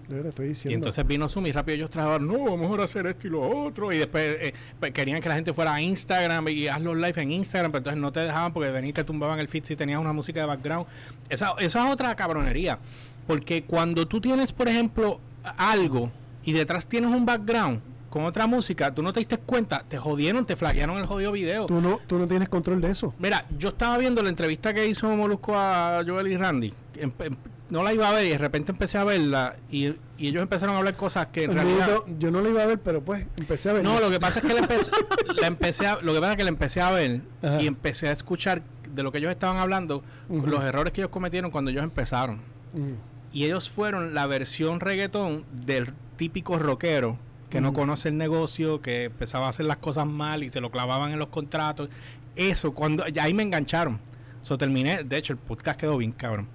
Yo te estoy diciendo. Y entonces vino Zoom y rápido ellos trabajaron, no, vamos ahora a hacer esto y lo otro. Y después eh, pues querían que la gente fuera a Instagram y haz los live en Instagram, pero entonces no te dejaban porque de venir te tumbaban el feed si tenías una música de background. Esa, esa es otra cabronería. Porque cuando tú tienes, por ejemplo, algo y detrás tienes un background con otra música, tú no te diste cuenta, te jodieron, te flaquearon el jodido video. tú, no, tú no tienes control de eso. Mira, yo estaba viendo la entrevista que hizo Molusco a Joel y Randy. Empe- em- no la iba a ver y de repente empecé a verla y, y ellos empezaron a hablar cosas que en realidad... Yo, yo no lo iba a ver, pero pues empecé a ver. No, lo que pasa es que la empecé, la empecé a, lo que pasa es que la empecé a ver Ajá. y empecé a escuchar de lo que ellos estaban hablando, Ujú. los errores que ellos cometieron cuando ellos empezaron. Mm. Y ellos fueron la versión reggaetón del típico rockero que no Ujú. conoce el negocio, que empezaba a hacer las cosas mal y se lo clavaban en los contratos. Eso, cuando ya ahí me engancharon. So, terminé, de hecho el podcast quedó bien cabrón.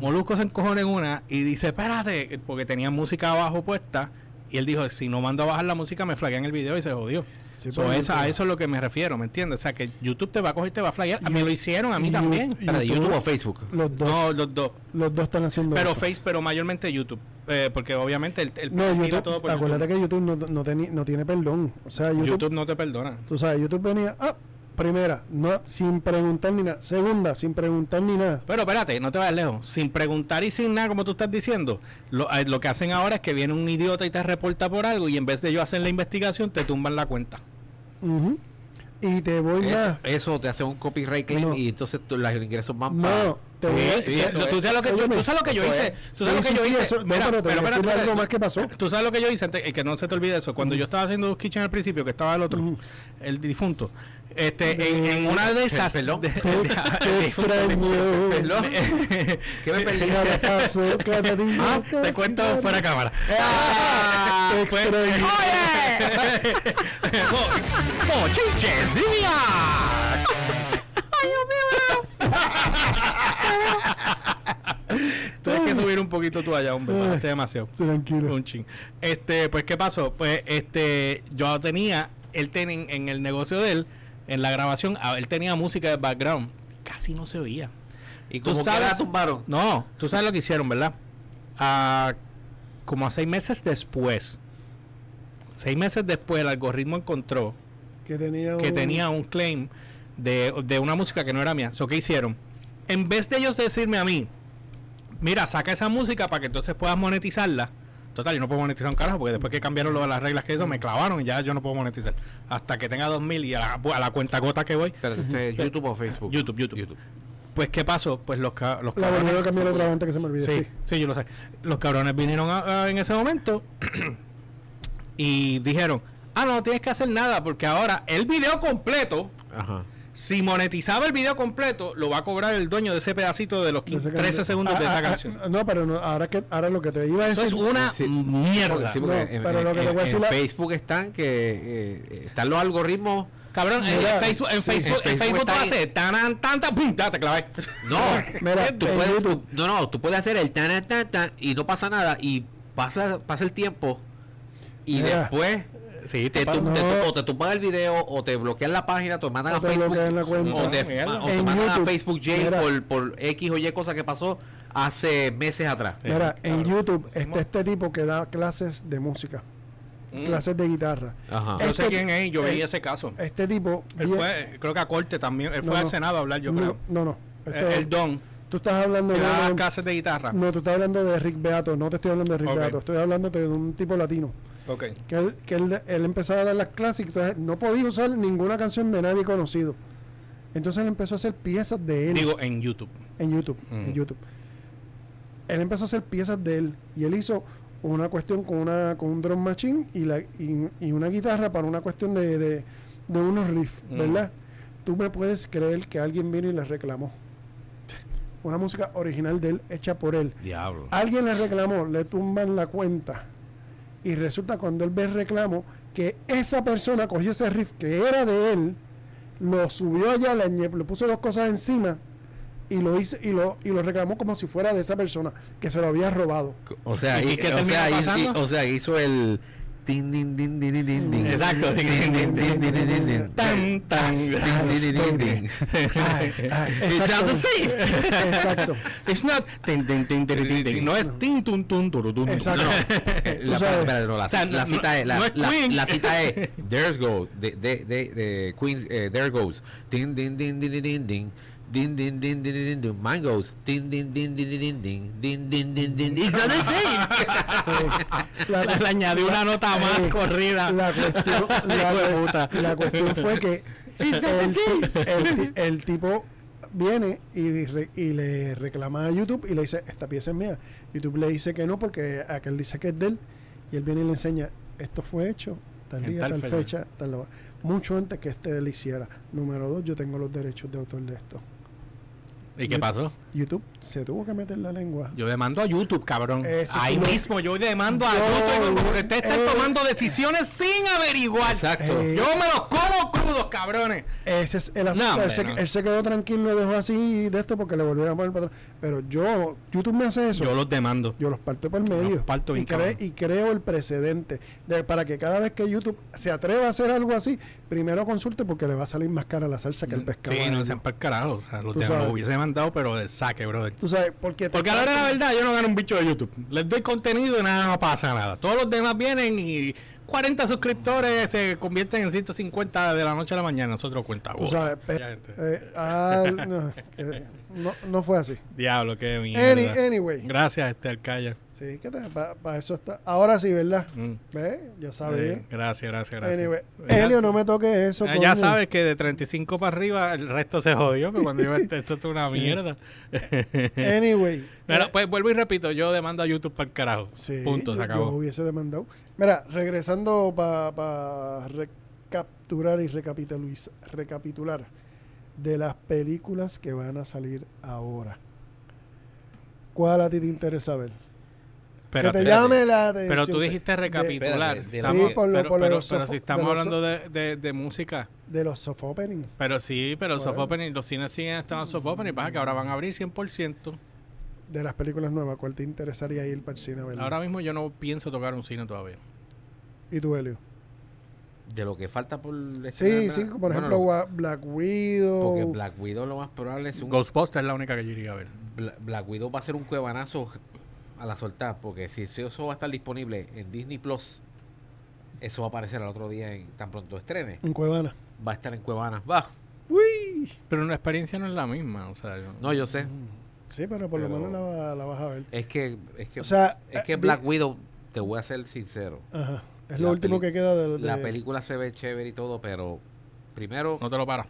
Molusco se encojona en una y dice, espérate, porque tenía música abajo puesta. Y él dijo, si no mando a bajar la música, me flaguean el video y se jodió. Sí, pues, So, por esa- a ejemplo. eso es lo que me refiero, ¿me entiendes? O sea, que YouTube te va a coger y te va a flaggear. A mí Y- lo hicieron, a mí y- también. y- Espérate, YouTube- YouTube o Facebook. Los dos. No, los dos. Los dos están haciendo Pero eso. Face, pero mayormente YouTube. Eh, porque obviamente el, el No, tira YouTube, todo por acuérdate YouTube. que YouTube no, no, teni- no tiene perdón. O sea, YouTube, YouTube. no te perdona. Tú sabes, YouTube venía. Ah, primera, no, sin preguntar ni nada. Segunda, sin preguntar ni nada. Pero espérate, no te vayas lejos. Sin preguntar y sin nada, como tú estás diciendo, lo, eh, lo que hacen ahora es que viene un idiota y te reporta por algo y en vez de ellos hacer la investigación, te tumban la cuenta. Ujú. Y te voy Eh, Eso, más. eso te hace un copyright claim No. y entonces tú- los ingresos van No, te voy a. ¿Qué? sí, eso ¿Tú, es. sabes lo que yo, Óyeme, tú sabes lo que yo eso hice. es. Tú sabes lo que Sí, sí, yo sí, hice. eso- no, Mira, pero te voy a espérate, decir espérate. algo más que pasó. Tú sabes lo que yo hice antes, y que no se te olvide eso. Cuando yo estaba haciendo dos Kitchen al principio, que estaba el otro, el difunto, este, en, en una de esas. Perdón. de- Te, ex- te extraño. Perdón. ¿Qué me perdí? Cada paso, cada día. Ah, te cuento fuera cámara. Ah, Ah, extra. ¡Oye! Mo- ¡Mochiches, divia! Tienes que subir un poquito tú allá, hombre. bajaste demasiado. Tranquilo. Un chin. Este, pues, ¿qué pasó? Pues, este, yo tenía, él tenía en el negocio de él, en la grabación, ah, él tenía música de background. Casi no se oía. Y Tú como que sabes- la tumbaron. No, tú sabes lo que hicieron, ¿verdad? Ah, como a seis meses después, seis meses después, el algoritmo encontró Que tenía. que un- tenía un claim de, de una música que no era mía. So, ¿Qué hicieron? en vez de ellos decirme a mí, mira, saca esa música para que entonces puedas monetizarla. Total, yo no puedo monetizar un carajo porque después que cambiaron lo de las reglas que eso, me clavaron y ya yo no puedo monetizar. Hasta que tenga 2000 y a la, a la cuenta gota que voy. Espérate, ¿usted es YouTube o Facebook? YouTube, YouTube. Pues, ¿qué pasó? Pues los, ca- los La volví cabrones. a cambiar otra vez antes que se me olvide. Sí, Sí. sí, yo lo sé. Los cabrones vinieron a- a- en ese momento y dijeron: Ah, no, no tienes que hacer nada porque ahora el video completo. Ajá. Si monetizaba el video completo, lo va a cobrar el dueño de ese pedacito de los De esa 15, 13 canción. segundos de Ah, esa ah, ah, canción. No, pero no, ahora, que, ahora lo que te iba a Eso decir. es una Sí. mierda. Sí, porque No, en, pero en- lo que te en- voy a decir en la- Facebook están que eh, eh, están los algoritmos. Cabrón, en Mira, Facebook, en sí, Facebook, en en Facebook Facebook tú está ahí. haces tan, tan, tan, pum, ta, te clavé. No, Mira, tú en puedes- tú- YouTube. no, no, tú puedes hacer el tan, tan, tan y no pasa nada y pasa, pasa el tiempo y Mira. después Sí, te, pa- tu- No. te tu- o te tumban el video o te bloquean la página, te mandan O a te Facebook bloquean la cuenta. o te, Mierda. ma- o te En mandan a YouTube. Facebook jail Mira. por, por X o Y cosa que pasó hace meses atrás. Mira, en Cabrón. YouTube Hacemos- está este tipo que da clases de música, Mm. clases de guitarra. Ajá. Yo sé Este- quién es, yo eh, veía ese caso. Este tipo. Él bien- fue, creo que a corte también, él No, fue al no. Senado a hablar, yo no, creo. no, no. Eh, Este- el Don. tú estás hablando Que de. da un- clases de guitarra. No, tú estás hablando de Rick Beato. No te estoy hablando de Rick Ok. Beato. Estoy hablando de un tipo latino. Ok. Que él, que él, él empezaba a dar las clases y entonces no podía usar ninguna canción de nadie conocido. Entonces él empezó a hacer piezas de él Digo en YouTube. en YouTube. Ujú. En YouTube. Él empezó a hacer piezas de él y él hizo una cuestión con una con un drum machine y la y, y una guitarra para una cuestión de, de, de unos riffs, Mm. ¿verdad? Tú me puedes creer que alguien vino y le reclamó. Una música original de él hecha por él. Diablo. Alguien le reclamó, le tumban la cuenta. Y resulta cuando él ve el reclamo que esa persona cogió ese riff que era de él, lo subió allá, le, añe- le puso dos cosas encima y lo hizo y lo, y lo reclamó como si fuera de esa persona que se lo había robado. O sea, ¿Y y- qué o, termina sea, y- pasando? y- o sea, hizo el din, din, din, din, din, din, din. Exacto, sí. Din, din, din, din, din, din, din. Tan, tan. Din, din, din, din, din. It Exacto. sounds the same. Exacto. It's not. tin, tin, tin, tin, tin, tin. No es. tin, tun, tun, turu, tun, tun. Exacto. Eh, Tú La, sabes. espera, no, la, O sea, la no- cita es la, no es la- Queen. la cita es There's go de, de, de, de Queen's eh, There goes din din din din din din din din din din din din din mine goes din din din din din din din din din din it's not the same Eh, La- Le añadí una nota más Eh, corrida. La cuestión, la, Hijo de puta. la cuestión fue que el, ti- el ti- el tipo viene y, re- y le reclama a YouTube y le dice, esta pieza es mía. YouTube le dice que no porque aquel dice que es de él. Y él viene y le enseña, esto fue hecho tal En día, tal tal, fecha". fecha, tal hora. Mucho antes que este le hiciera. Número dos, yo tengo los derechos de autor de esto. ¿Y qué pasó? YouTube se tuvo que meter la lengua. Yo demando a YouTube, cabrón. Eso Ahí Eh, sí lo- mismo yo demando a Yo- YouTube porque ustedes están eh. tomando decisiones sin averiguar. exacto Eh, Yo me los como crudos, cabrones. Ese es el asunto. hombre, él, se, no. él se quedó tranquilo, lo dejó así de esto porque le volvieron a poner para atrás. Pero yo, YouTube me hace eso. Yo los demando. Yo los parto por medio. Los parto y, bien, cre- cabrón. y creo el precedente de, para que cada vez que YouTube se atreva a hacer algo así, primero consulte porque le va a salir más cara la salsa que el pescado. Sí, no amarillo. sean pa'l carajo. O sea, los Tú demás los sabes. hubiese mandado, pero de saque, brother. Tú sabes, porque, te- Porque a la hora de la verdad, yo no gano un bicho de YouTube. Les doy contenido y nada, no pasa nada. Todos los demás vienen y 40 suscriptores se convierten en 150 de la noche a la mañana. Nosotros cuenta. tú sabes, pe- Ya, gente. eh, ah, no, que- no, no fue así. Diablo, qué Any- mierda. anyway. Gracias, este alcaya. Sí, para eso está. Ahora sí, ¿verdad? Mm. ¿Ves? Ya sabes. Eh, gracias, gracias, gracias. Anyway, Mira, Elio, no me toque eso. eh, ya coño. sabes que de 35 para arriba el resto se jodió, que cuando yo esto es una mierda. Anyway. Pero, pues vuelvo y repito, yo demando a YouTube para el carajo. Sí, Punto, se yo- acabó. yo hubiese demandado. Mira, regresando para recapturar y recapitaliz- recapitular de las películas que van a salir ahora. ¿Cuál a ti te interesa ver? Pero, que te espérate. llame la atención. Pero tú dijiste recapitular. Espérate, de la- Estamos- Sí, por lo- pero, por lo pero- de los pero sofo- si estamos de los hablando de, de- de música. De los soft opening. Pero sí, pero Bueno. soft opening, los cines siguen estando soft opening. Pasa que ahora van a abrir 100%. De las películas nuevas, ¿cuál te interesaría ir para el cine a verla? Ahora mismo yo no pienso tocar un cine todavía. ¿Y tú, Helio? de lo que falta por Sí, estrenar, sí, ¿verdad? por Bueno, ejemplo, lo- Gua- Black Widow. porque Black Widow lo más probable es un Ghostbusters es la única que yo iría a ver. Bla- Black Widow va a ser un cuevanazo a la soltar, porque si si eso va a estar disponible en Disney Plus, eso va a aparecer al otro día en tan pronto estrene. En Cuevana. Va a estar en Cuevanas. Va. Uy. Pero la experiencia no es la misma, o sea, yo- No, yo sé. Sí, pero por lo Pero- menos la, va- la vas a ver. Es que, es que, O sea, es que eh, Black di- Widow, te voy a ser sincero. Ajá. Es lo La último peli- que queda de, de- La película se ve chévere y todo, pero primero, no te lo paras.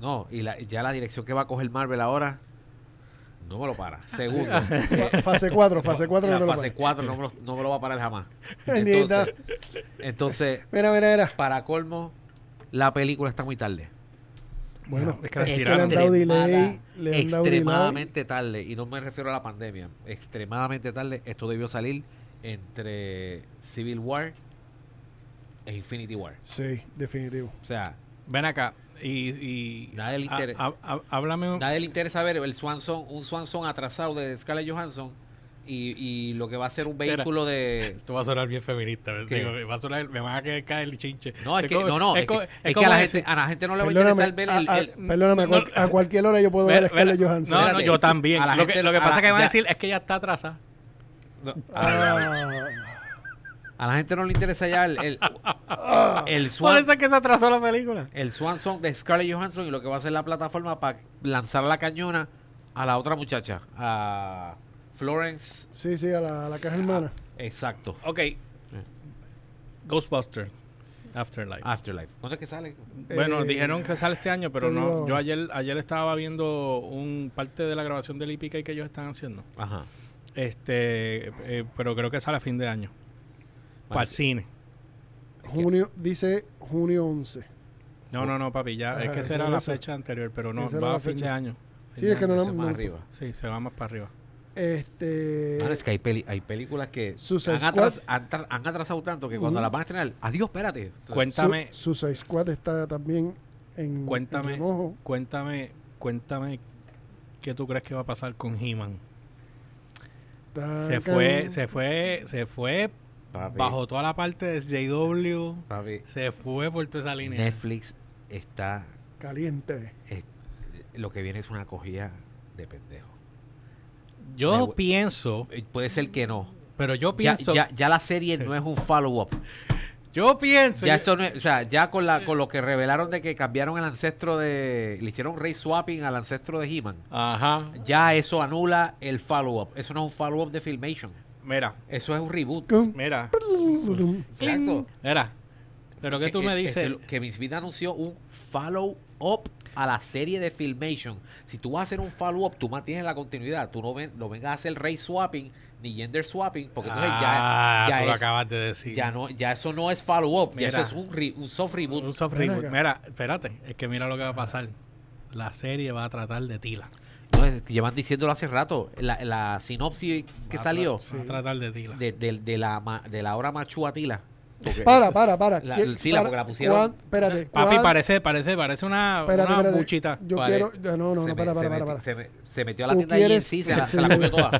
no, y la- ya la dirección que va a coger Marvel ahora, no me lo para. Segundo, fa- fase 4, fase 4 la fase 4 no me, lo, no me lo va a parar jamás. Bendita. Entonces, entonces, Mira, mira, mira. para colmo, la película está muy tarde. Bueno, No, es que la es que le han tiraron. dado delay, Extremada- le han dado delay. extremadamente tarde, y no me refiero a la pandemia, extremadamente tarde, esto debió salir entre Civil War e Infinity War. Sí, definitivo. O sea, Ven acá y, y Nadie le ha- interesa. ha- ha- háblame un- nadie le interesa ver el Swanson, un Swanson atrasado de Scarlett Johansson y, y lo que va a ser un Espera. vehículo de... Esto va a sonar bien feminista. ¿Qué? digo, va a sonar- me van a quedar caer el chinche. No, es que, como- no, no, es, co- que, es que como a, la decir- gente, a la gente no le va a Perdóname, Ah, interesar ver a, el... a- el- perdóname, a no, cual- a cualquier hora yo puedo ver Espera, a Scarlett espera. Johansson. No, no, Espérate. yo también. A la Lo que, gente- lo que a pasa la- es que van a ya. decir es que ella está atrasada. no, Ah, a la gente no le interesa ya el, el, Ah. el Por Swan- eso es que se atrasó la película. el Swan Song de Scarlett Johansson y lo que va a ser la plataforma para lanzar la cañona a la otra muchacha, a Florence. sí, sí, a la, a la caja hermana. Ah, Exacto, Ok. Ghostbusters Afterlife. Afterlife. ¿Cuándo es que sale? Bueno, Eh, dijeron que sale este año, pero te no. digo- Yo ayer ayer estaba viendo un parte de la grabación del IPK que ellos están haciendo. Ajá. Este, eh, pero creo que sale a fin de año. Para el cine. Junio, dice junio 11. No, no, no, papi, ya. es Ajá, que esa era por la eso. fecha anterior, pero no, Esa era va la a fin de fecha. año. Fin Sí, de es que año. no, Ese no- más no- arriba. Sí, se va más para arriba. Este. Claro, es que hay, peli- hay películas que Suicide han, Squad. atras- han tra- han atrasado tanto que cuando Ujú. las van a estrenar, adiós, espérate. O sea, Su- Cuéntame, Suicide Squad está también en. Cuéntame. en remojo. cuéntame, cuéntame qué tú crees que va a pasar con He-Man. Se Tacan. fue, se fue, se fue papi, bajo toda la parte de JW. papi, Se fue por toda esa línea. Netflix está. Caliente. es- lo que viene es una cogida de pendejo. Me Yo voy- pienso, Eh, Puede ser que no. pero yo Ya, pienso, ya- ya la serie no es un follow-up. yo pienso. Ya yo- eso no es- o sea, ya con la con lo que revelaron de que cambiaron el ancestro de le hicieron rey swapping al ancestro de He-Man. Ajá. Ya eso anula el follow-up. Eso no es un follow-up de Filmation. Mira, Eso es un reboot. Cum, mira, plum. Exacto. mira. Pero que tú Eh, me eh, dices. eso es lo- que Miss Vida anunció un follow-up a la serie de Filmation. Si tú vas a hacer un follow-up, tú mantienes la continuidad. Tú no, ven- no vengas a hacer rey swapping ni gender swapping, porque entonces Ah, ya, ya tú lo es- acabas de decir. ya no, ya eso no es follow-up. Ya eso Mira. es un, re- un soft reboot. Un soft Ven reboot. acá. Mira, espérate, es que mira lo que va a pasar. La serie va a tratar de Tila. No, es que llevan diciéndolo hace rato. La, la sinopsis que Va a tra- salió Va a tratar de Tila. de, de- de la, ma- de la hora machúa Tila. Para, para, para. La- ¿Qué- sí, la- para- porque la pusieron- cuán- Espérate. Papi, cuán- parece, parece, parece una, espérate, una espérate. buchita. Yo Pare- quiero. ya, No, se no, no, me- para, para, se para. meti- para. se me- se metió a la ¿Tú tienda quieres- GNC, se la, Sí. se la comió toda.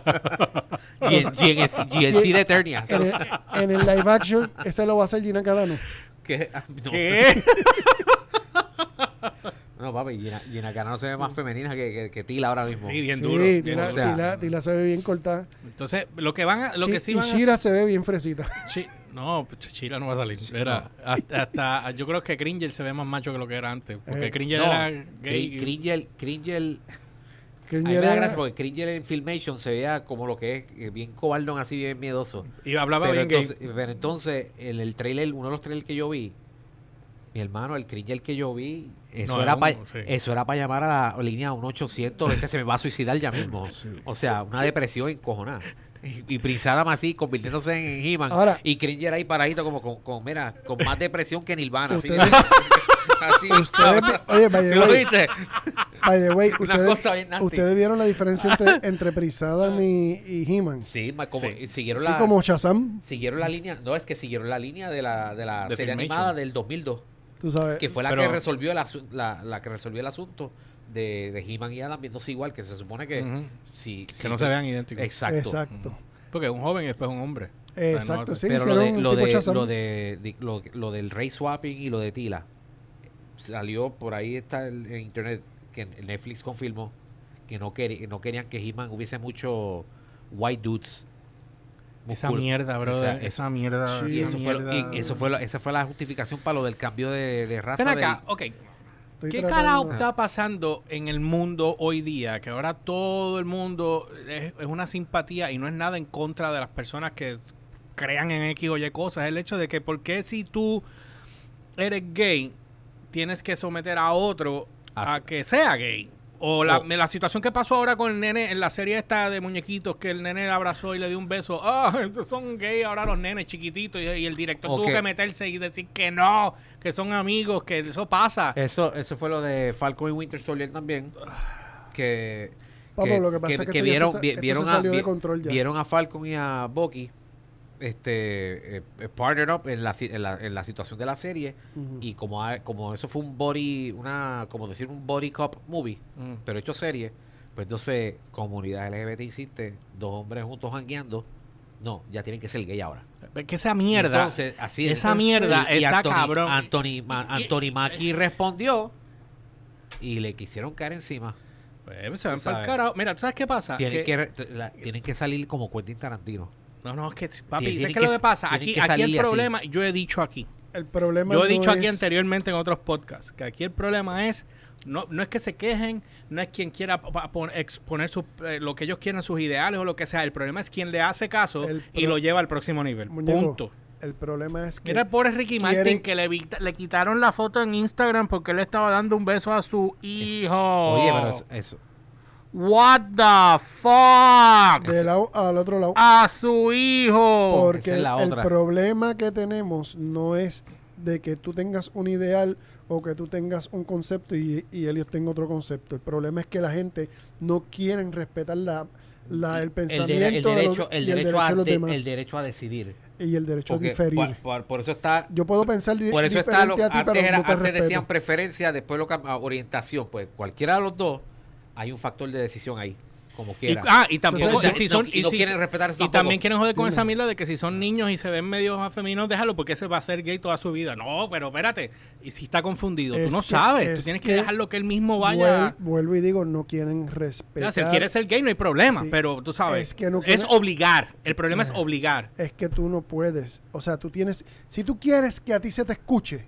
GN- GNC, GNC de Eternia. se En el, la- en el live action, ese lo va a hacer Gina Carano. ¿Qué? Ah, No, ¿Qué? no, papi, Gina, Gina Carano se ve más femenina que, que, que Tila ahora mismo. Sí, bien sí, duro. bien Tila, duro. sea, Tila- Tila se ve bien cortada. Entonces, lo que van a, lo Chi- que sí y van a Shira se ve bien fresita. Chi- no, pues, Chila no va a salir. Era, hasta, hasta- yo creo que Cringer se ve más macho que lo que era antes. Porque Eh, Cringer No, era gay. Cri- Cringel, Cringel, a mí me da Shira- gracia porque Cringel en Filmation se veía como lo que es, eh, bien cobardón, así bien miedoso. y hablaba Pero bien entonces, gay. pero entonces, en el trailer, uno de los trailers que yo vi, mi hermano, el Cringel que yo vi, eso No, era no, para sí. eso era para llamar a la línea 1800, es que este se me va a suicidar ya mismo. O sea, una depresión encojonada. Y, y Prinsadam así, convirtiéndose en He-Man. Ahora- y Cringer ahí paradito como con, con, mira, con más depresión que Nirvana. así. Ustedes- Así, Ustedes vi- oye, by the ¿Lo way, viste? by the way, Una ustedes, cosa bien nasty. ustedes vieron la diferencia entre, entre Prisadam y, y He-Man. Sí, Sí, ma- como, Sí. siguieron la... como Shazam, Siguieron la línea, no, es que siguieron la línea de la, de la De serie Filmation. animada del 2002. tú sabes. que fue la Pero- que resolvió el asu- la, la que resolvió el asunto de, de He-Man y Adam viéndose igual, que se supone que Ujú. si, Que no se vean idénticos. Exacto. Exacto. Porque es un joven y después un hombre. Exacto, no, sí, Pero lo hicieron de, lo tipo de- Shazam. lo de- di- lo- lo del Rey Swapping y lo de Tila salió por ahí está el- en internet que en- Netflix confirmó que no, queri- no querían que He-Man hubiese mucho white dudes. Esa Muscul- mierda, brother. Esa- Esa, mierda. Sí, Y esa eso fue, lo- y mierda. eso fue lo- esa fue la justificación para lo del cambio de, de raza. Ven acá, del- ok. Estoy ¿Qué tratando- carajo está pasando en el mundo hoy día? Que ahora todo el mundo es, es una simpatía y no es nada en contra de las personas que crean en X o Y cosas. El hecho de que, ¿por qué si tú eres gay, tienes que someter a otro a Así. que sea gay? O la, Oh. O- la situación que pasó ahora con el nene en la serie esta de muñequitos, que el nene le abrazó y le dio un beso. Ah, esos son gay ahora los nenes chiquititos. Y, y el director Ok. tuvo que meterse y decir que no, que son amigos, que eso pasa. Eso, eso fue lo de Falcon y Winter Soldier también. Que, Papo, lo que pasa es que esto ya vieron, se sa- vi- esto vieron se a, salió de vi- control ya. vieron a Falcon y a Bucky este, eh, eh, partnered up en la, si- en, la, en la situación de la serie. Ujú. Y como, ha- como eso fue un body, una, como decir un body cop movie, Mm. pero hecho serie, pues entonces comunidad LGBT insiste, dos hombres juntos jangueando, no, ya tienen que ser gay ahora. Ve que esa mierda. Entonces, así es. Esa mierda está Anthony, cabrón. Anthony, Ma- Anthony Mackie respondió y le quisieron caer encima. Pues, se van Tú pa'l sabes. carajo. Mira, ¿tú sabes Ah, qué pasa? Tienen Que- que, re- la- tienen que salir como Quentin Tarantino. No, no, es que, papi, tienen ¿sabes qué que es lo que pasa? tienen Aquí, que aquí el salirle así. problema, yo he dicho aquí. El problema Yo no he dicho aquí es- anteriormente en otros podcasts que aquí el problema es, no, no es que se quejen, no es quien quiera pa- pon- exponer sus, eh, lo que ellos quieran, sus ideales o lo que sea. El problema es quien le hace caso El y pro- lo lleva al próximo nivel. Muñeco, Punto. El problema es que Mira el pobre Ricky quieren- Martin que le, vi- le quitaron la foto en Instagram porque él estaba dando un beso a su hijo. Oye, pero es- eso. What the fuck? del lado al otro lado. a su hijo. Porque Ah, oh, esa es la el otra. problema que tenemos no es de que tú tengas un ideal o que tú tengas un concepto y, y ellos tengan otro concepto. El problema es que la gente no quieren respetar la, la- el El, de- pensamiento el de los- derecho, el y el derecho derecho a, de los de- demás el derecho a decidir. y el derecho a Porque diferir. por, por- por eso está. Yo puedo pensar di- Por eso está. Lo, diferente a ti, antes pero era- no te antes decían respeto. preferencia, después lo cam- a orientación. Pues cualquiera de los dos, hay un factor de decisión ahí. Como Y, quiera. ah, y tampoco, Entonces, y si son, y no si- quieren respetar eso y también tampoco. quieren joder con Dime. esa mierda de que si son niños y se ven medios afeminos, déjalo porque ese va a ser gay toda su vida. No, pero espérate. Y si está confundido, Es tú no que- sabes. Tú es tienes que, que dejarlo que él mismo Vuel- vaya. vuelvo y digo, no quieren O respetar. sea, si él quiere ser gay, no hay problema. Sí. Pero tú sabes. Es que no es quiere- Eh. obligar. El problema es Ajá. obligar. es que tú no puedes. O sea, tú tienes, si tú quieres que a ti se te escuche,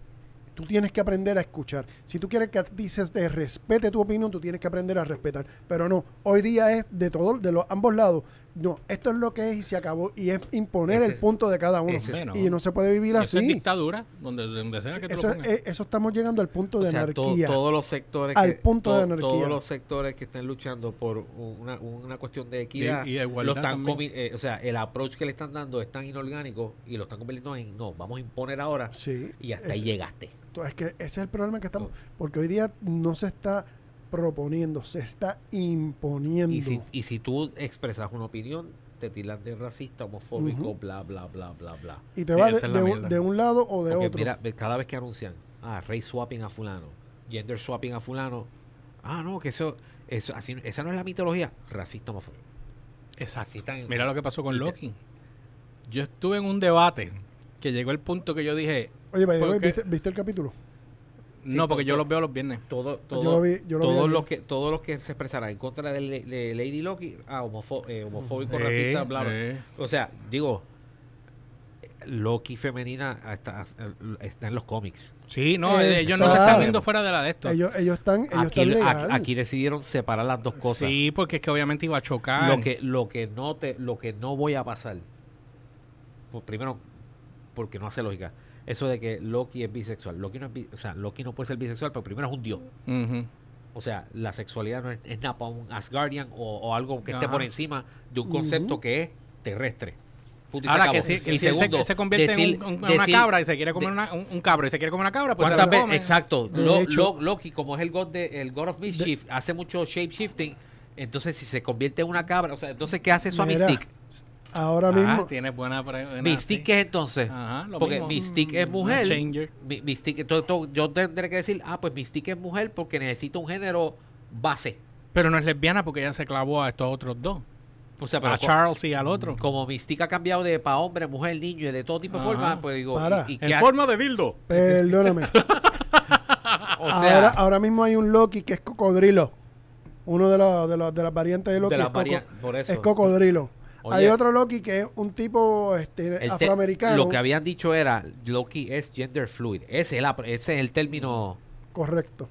tú tienes que aprender a escuchar. Si tú quieres que a ti se te respete tu opinión, tú tienes que aprender a respetar. Pero no, hoy día es de todos, de los ambos lados. No, esto es lo que es y se acabó. Y es imponer Ese el es- punto de cada uno. ese es- y no se puede vivir Eso es así. dictadura. Donde, donde sea que tú Eso, lo es- pongas. eh, eso estamos llegando al punto O de sea, to- anarquía. todos los sectores Al que, punto de to- anarquía. todos los sectores que están luchando por una, una cuestión de equidad Y- y igualdad lo están también. comi- eh, o sea el approach que le están dando es tan inorgánico y lo están convirtiendo en no vamos a imponer ahora Sí, y hasta ahí es- llegaste Tú- Es que ese es el problema que estamos. Porque hoy día no se está proponiendo, se está imponiendo. y si, y si tú expresas una opinión te tiran de racista homofóbico Ujú. bla bla bla bla bla Y te Sí, va de, esa es la de un- mierda. de un lado o de porque otro. mira ve- cada vez que anuncian ah race swapping a fulano gender swapping a fulano ah no que eso eso así esa no es la mitología racista homofóbico Exacto. Así están- Mira lo que pasó con Loki. Yo estuve en un debate que llegó el punto que yo dije, Oye, by the way, porque- ¿viste, viste el capítulo? no, porque yo todo- los veo los viernes. todo, todo, lo vi- yo lo vi todos ayer. los que todos los que se expresaran en contra de, Le- de Lady Loki ah, homofo- eh, homofóbico Eh, racista bla bla eh. o sea digo Loki femenina hasta- está en los cómics Sí, no, eh, ellos no se Exacto. están viendo fuera de la de esto. Ellos, ellos están, ellos aquí, aquí- están legal. aquí decidieron separar las dos cosas Sí, porque es que obviamente iba a chocar. lo que lo que no te lo que no voy a pasar pues, primero porque no hace lógica eso de que Loki es bisexual Loki no es bi- o sea Loki no puede ser bisexual pero primero es un dios Ujú. O sea, la sexualidad no es, es nada para un Asgardian o, o algo que esté Ajá. por encima de un concepto Ujú. que es terrestre. Punto y se Ahora acabó. que si, que Y si él se- segundo, se, convierte decir- en un- un- una decir cabra y se quiere comer de- una- un, un cabro y se quiere comer una cabra, pues se ¿Cuántas lo veces? come. Exacto. De Lo- hecho- lo- Loki, como es el god de, el god of mischief, hace mucho shape shifting. Entonces, si se convierte en una cabra, o sea, entonces ¿qué hace eso a Mira, Mystique? Ahora Ah, mismo, tienes buena pre- buena- Mystique, sí. Ah. ¿qué es entonces? Ajá, lo porque mismo. Mystique es Mm, mujer. changer. Mi- Mystique, todo- todo- yo tendré que decir, ah, pues Mystique es mujer porque necesita un género base. Pero no es lesbiana porque ella se clavó a estos otros dos. O sea, pero A Charles y al otro. Como Mystique ha cambiado de para hombre, mujer, niño y de todo tipo de Ajá. forma, pues digo, Para. ¿y, y qué En ha- forma de dildo. perdóname. O sea, ahora, ahora mismo hay un Loki que es cocodrilo. Uno de, los- de, los- de las variantes de Loki de es, la coco- varia- por eso. es cocodrilo. Oye, hay otro Loki que es un tipo este, el te- afroamericano. Lo que habían dicho era, Loki es gender fluid. Ese es, la- ese es el término Correcto.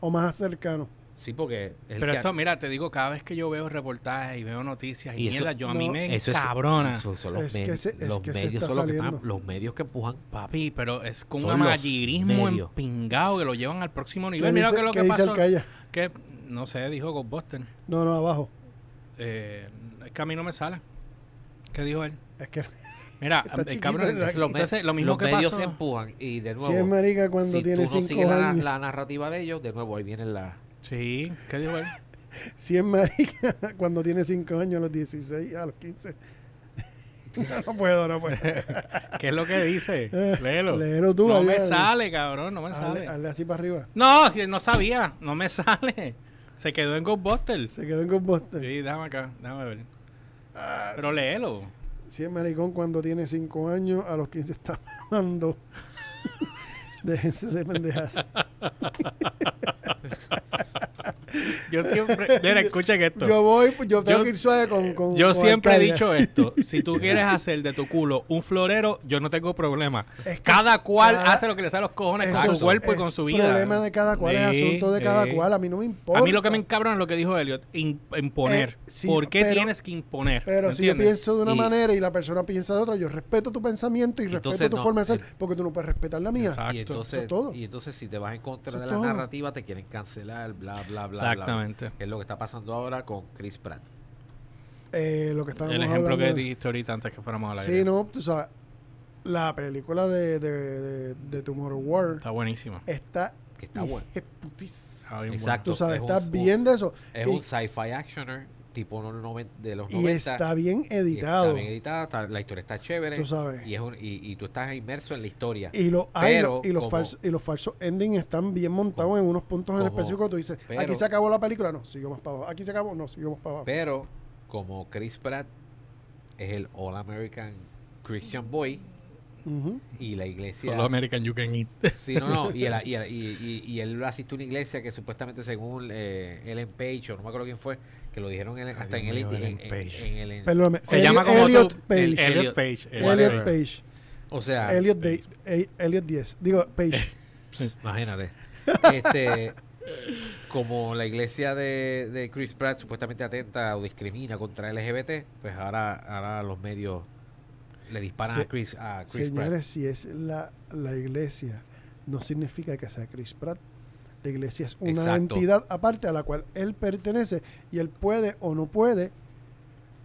o más cercano. Sí, porque. es el Pero que- esto, mira, te digo, cada vez que yo veo reportajes y veo noticias y, Y eso- mierda, yo a mí no, me Eso es- cabrona. eso son los, Es que med- se- es los que se medios está son los que saliendo. están- los medios que empujan. Papi, pero es con Son un los amarillismo medios. empingado que lo llevan al próximo ¿Qué nivel. Mira dice- que lo qué que dice pasó. Alcaya? Que, no sé, dijo Ghostbuster. No, no, abajo. Eh, es que a mí no me sale. ¿Qué dijo él? Es que Mira, em, Está el chiquito, cabrón. ¿verdad? Los med- entonces, lo mismo los que medios pasó. empujan y de nuevo. si es marica cuando si tiene tú no 5 sigues la, años. la narrativa de ellos, de nuevo ahí viene la. Sí, ¿qué dijo él? Si es marica cuando tiene 5 años, a los 16, a los 15. no puedo, no puedo. ¿Qué es lo que dice? Eh, Léelo. léelo tú, No allá, me dale. sale, cabrón, no me sale. Hazle, hazle así para arriba. No, que no sabía, no me sale. Se quedó en Ghostbusters. Se quedó en Ghostbusters. Sí, dame acá, déjame ver. Ah, Pero léelo. si es maricón cuando tiene 5 años, a los 15 está mamando. Déjense de pendejas. Yo siempre. Mira, escuchen esto. Yo voy, pues, yo tengo Yo- que ir suave con. con Yo con siempre he Arcadia. dicho esto. Si tú quieres hacer de tu culo un florero, yo no tengo problema. Es que Cada cual cada- hace lo que le sale a los cojones Eso con es- su cuerpo y con es su vida. problema de cada cual, es Sí, asunto de cada sí. cual. A mí no me importa. A mí lo que me encabrona es lo que dijo Elliot, in- imponer. Eh, sí, ¿Por qué pero- tienes que imponer? Pero ¿Me si yo entiendes? pienso de una Y- manera y la persona piensa de otra, yo respeto tu pensamiento y respeto Entonces, tu no, forma de ser, el- porque tú no puedes respetar la mía. Exacto. Y entonces, Eso es todo. y entonces si te vas en contra Eso de es la todo. narrativa, te quieren cancelar, bla, bla, bla, bla. bla. Exactamente. Que es lo que está pasando ahora con Chris Pratt. Eh, lo que estábamos El ejemplo que hablando- dijiste ahorita antes que fuéramos a la Sí, no, tú sabes, la película de, de, de, de Tomorrow War Está buenísimo. está, Que está bueno. hijeputis. Está bien Exacto. Tú sabes, es está un- bien de eso. Es y, un sci-fi actioner tipo no- noven- de los 90. y está bien y está editado. bien editado, está- la historia está chévere. Tú sabes. Y, es un- y, y tú estás inmerso en la historia. Y, los- ay, Pero, lo- y, los como- falsos, y los falsos endings están bien montados en unos puntos en como- específico. Tú dices, aquí pero- se acabó la película, no, sigo más para abajo. Aquí se acabó, no, sigo más para abajo. Pero como Chris Pratt es el All American Christian Boy Ujú. y la iglesia... Solo American You Can Eat. Sí, no, no. Y él, y, él- y- y- y él asiste a una iglesia que supuestamente según eh, Ellen Page, o no me acuerdo quién fue, que lo dijeron en- hasta Dios en el... mío, en- Ellen en- Page. en el- Perdóname, Se Eli- llama como Elliot tú. Page. el- Elliot Elliot- Page. el Page. Elliot Page. o sea, Elliot, de, eh, Elliot 10. Digo, Page. imagínate. Este, como la iglesia de, de Chris Pratt supuestamente atenta o discrimina contra LGBT, pues ahora, ahora los medios le disparan Se- a Chris, a Chris Señores, si es la, la iglesia, no significa que sea Chris Pratt. La iglesia es una Exacto. entidad aparte a la cual él pertenece y él puede o no puede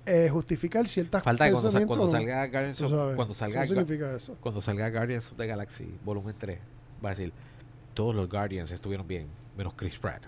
eh, justificar ciertas Pratt. Falta que cuando, sal- pensamientos cuando o no. salga Guardians Tú of- sabes, cuando salga eso Gua- significa eso. Cuando salga Guardians of the Galaxy Volumen 3, va a decir, todos los Guardians estuvieron bien, menos Chris Pratt.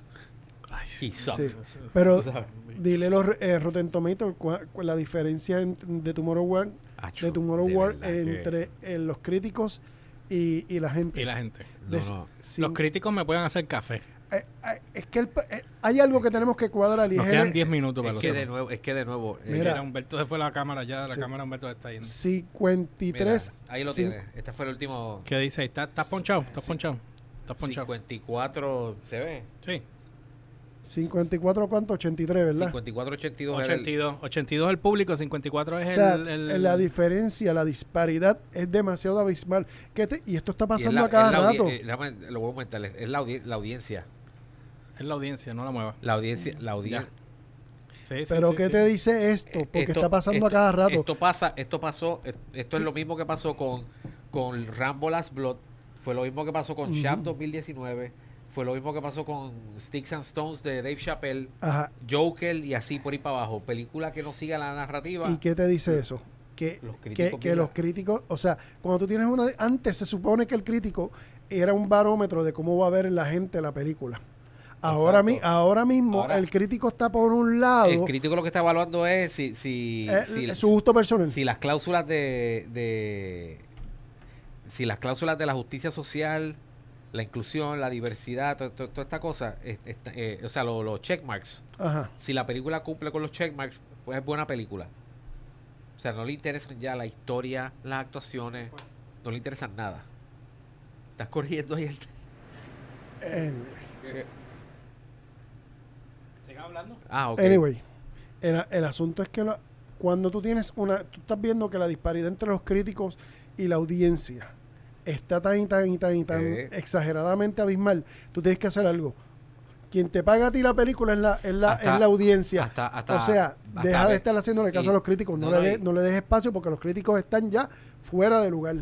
He sucked. Sí. Pero Tú sabes. dile los eh, Rotten Tomatoes cua- cua- la diferencia en- de Tomorrow War, Acho, de Tomorrow de War verdad que- entre eh, los críticos y, y la gente. Y la gente. No, de- no. sin- Los críticos me pueden hacer café. eh, eh, es que el pa- eh, hay algo que tenemos que cuadrar y Nos es quedan el- 10 minutos para Es los que de nuevo, es que de nuevo... eh, Mira, Humberto se fue a la cámara ya, la Sí. cámara Humberto está e yendo. 53. mira, ahí lo cin- tienes. Este fue el último... ¿Qué dice? ahí? ¿Está- ¿Estás ponchado? ¿Estás ponchado? ¿Estás ponchado? 54 se ve. Sí. 54, ¿cuánto? 83, ¿verdad? 5482 era el- 82. 82 el público, 54 es o sea, eh, el... el- la diferencia, la disparidad es demasiado abismal. Que te- y esto está y es pasando la- a cada es la audi- rato. eh, déjame- lo voy a aumentar. Es la, audi- la audiencia. es la audiencia, no la mueva. La Mm. audiencia. La Ya. audiencia. Sí, sí, Pero sí, ¿qué sí. te dice esto? Porque Eh, Esto- está pasando a esto- cada rato. Esto pasa, esto pasó, eh, esto es lo mismo que pasó con, con Rambo Last Blood, fue lo mismo que pasó con Ujú. Shaft 2019, fue lo mismo que pasó con Sticks and Stones de Dave Chappelle, Ajá. Joker y así por ahí para abajo. Película que no siga la narrativa. ¿Y qué te dice eso? Que Los que- críticos, que mira. los críticos, o sea, cuando tú tienes una... Antes se supone que el crítico era un barómetro de cómo va a ver la gente la película. Ahora, mi, Exacto. ahora mismo Ahora- el crítico está por un lado, El crítico lo que está evaluando es si, si, eh, si- su gusto personal. si las cláusulas de, de- si las cláusulas de la justicia social la inclusión la diversidad to- to- toda esta cosa es- está- eh, o sea lo- los checkmarks Ajá. si la película cumple con los checkmarks pues es buena película o sea no le interesan ya la historia las actuaciones no le interesan nada estás corriendo ahí el Anyway. ¿Sigan hablando? ah ok Anyway, el, el asunto es que la- cuando tú tienes una, tú estás viendo que la disparidad entre los críticos y la audiencia está tan y tan y tan y tan Eh. exageradamente abismal, tú tienes que hacer algo. Quien te paga a ti la película es la, es la, Hasta- es la audiencia. hasta- hasta- o sea, hasta deja de que- estar haciendo el caso y- a los críticos. No, no, no, le de- y- no le des espacio porque los críticos están ya fuera de lugar.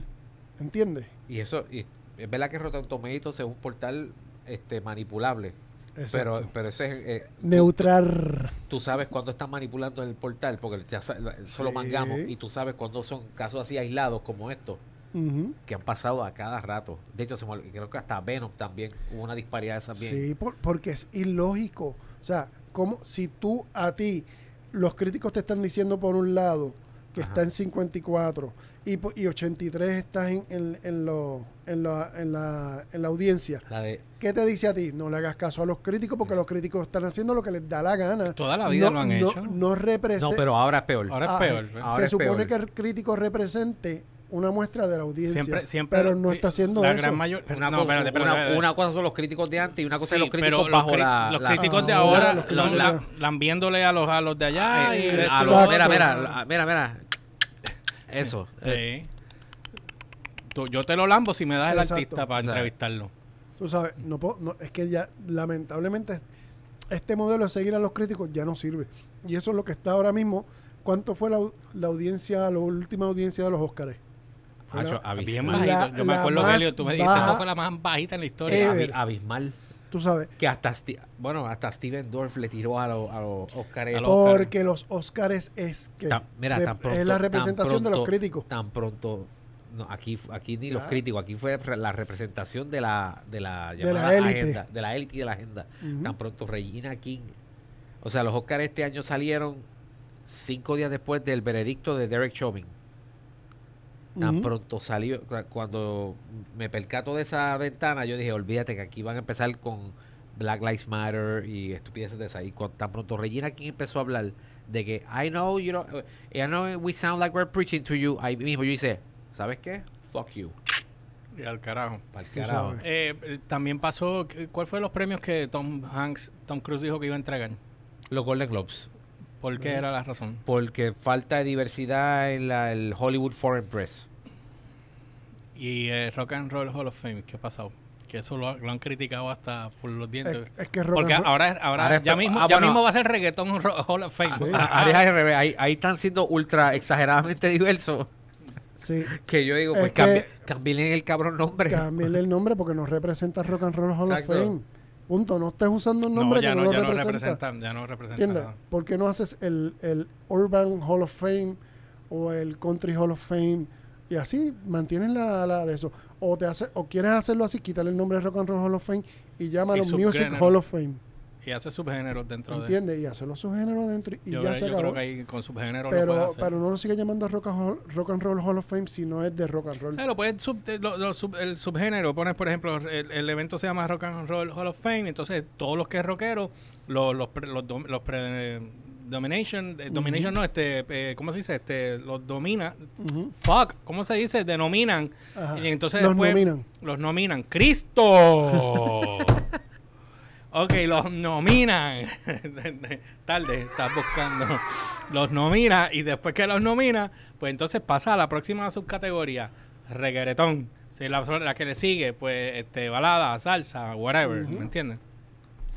¿Entiendes? Y eso, y es verdad que Rotten Tomatoes es un portal este manipulable. Pero, Exacto. pero ese es, eh, tú- Neutral. tú sabes cuándo están manipulando el portal, porque ya sa- solo Sí. mangamos, y tú sabes cuándo son casos así aislados como estos, Ujú. que han pasado a cada rato. De hecho, se me ol- creo que hasta Venom también hubo una disparidad de esas bien. Sí, por- porque es ilógico. O sea, como si tú a ti, los críticos te están diciendo por un lado que Ajá. está en 54 y, po- y 83 estás en, en, en lo- en la, en, la, en la audiencia, La de, ¿qué te dice a ti? No le hagas caso a los críticos porque los críticos están haciendo lo que les da la gana. Toda la vida No- lo han no- hecho. No representa. no, pero ahora es peor. Ahora es Ah, peor. Se ¿eh? ahora es supone peor. que el crítico represente una muestra de la audiencia. siempre, siempre. pero no sí, está haciendo la eso. gran mayor- pero- una, no, cosa, espérate, espérate, una- espérate. una cosa son los críticos de antes y una cosa Sí, son los críticos pero bajo cri- la, los la- críticos de Ah, ahora los son críticos la, de- lambiéndole a los a los de allá Ah, y eh, de- a los- Exacto. mira, mira, la- mira, mira. Eso. eh, Sí. Tú- yo te lo lambo si me das el Exacto. artista para O sea, entrevistarlo. Tú sabes, no puedo- no, es que ya lamentablemente este modelo de seguir a los críticos ya no sirve. Y eso es lo que está ahora mismo. ¿Cuánto fue la, au- la audiencia, la última audiencia de los Óscares? Fue la- macho, Bien abismal. bajito. yo me la acuerdo que más Elio, tú me dijiste, baja- esa fue la más bajita en la historia. Eh, Ever. abi- abismal. Tú sabes, Que hasta, Sti- bueno, hasta Steven Dorff le tiró a los a los Óscares. A los- Óscares. porque los Óscares es que Tan- mira, rep- tan pronto- es la tan representación de los pronto- críticos. Tan pronto. No, aquí, aquí ni los Ya. críticos, aquí fue re- la representación de la, de la De la llamada élite. agenda, de la élite y de la agenda. Ujú. Tan pronto Regina King. O sea, los Oscars este año salieron cinco días después del veredicto de Derek Chauvin. Tan Ujú. pronto salió, cu- cuando me percato de esa ventana, yo dije, olvídate que aquí van a empezar con Black Lives Matter y estupideces de esa. Y cu- tan pronto Regina King empezó a hablar de que, I know, you don't- eh, I know we sound like we're preaching to you. Ahí mismo yo hice, ¿sabes qué? Fuck you. Y al carajo. Pa'l Tú carajo. sabes. Eh, eh, también pasó, eh, ¿cuál fue los premios que Tom Hanks, Tom Cruise dijo que iba a entregar? Los Golden Globes. ¿Por qué era la razón? Porque falta de diversidad en la, el Hollywood Foreign Press. Y eh, Rock and Roll Hall of Fame, ¿qué ha pasado? Que eso lo, lo han criticado hasta por los dientes. Es, es que Rock Porque and Roll- ahora, ahora, Ahora ya, está- mismo, ah, ya bueno. mismo va a ser reggaetón ro- Hall of Fame. Sí. Ah, Ahí, ahí- ahí- ahí están siendo ultra exageradamente diversos. sí, Que yo digo, Es pues que- cambi- cambien el cabrón nombre. cámbiale el nombre porque no representa Rock and Roll Hall Exacto. of Fame. Punto, no estés usando un nombre no, ya que no, no, ya lo no representa. representan, ya no representan ¿Entiendes? nada. ¿Por qué no haces el, el Urban Hall of Fame o el Country Hall of Fame? Y así mantienes la, la de eso. O te hace, o quieres hacerlo así, quitarle el nombre de Rock and Roll Hall of Fame y llámalo Y Music subgénero. Hall of Fame. Y hace subgéneros dentro de... ¿Entiendes? Y hacerlo su género adentro y Yo, ya creo- se yo acabó. creo que ahí con subgéneros lo puedes pero, hacer. pero no lo sigue llamando Rock and, Roll, Rock and Roll Hall of Fame si no es de Rock and O Roll. sea, lo puedes sub- eh, lo- lo sub- el subgénero, pones por ejemplo, el, el evento se llama Rock and Roll Hall of Fame, entonces todos los que es rockero, lo- los, pre- los, dom- los pre- eh, domination, eh, domination no, este, eh, ¿cómo se dice? Este, los domina, Ujú. fuck, ¿cómo se dice? Denominan, Ajá. y entonces Los después nominan. los nominan, Cristo. ok, los nominan. Tarde, estás buscando. Los nomina y después que los nomina, pues entonces pasa a la próxima subcategoría, reggaetón. Si la, la que le sigue, pues este, balada, salsa, whatever, ¿me entiendes?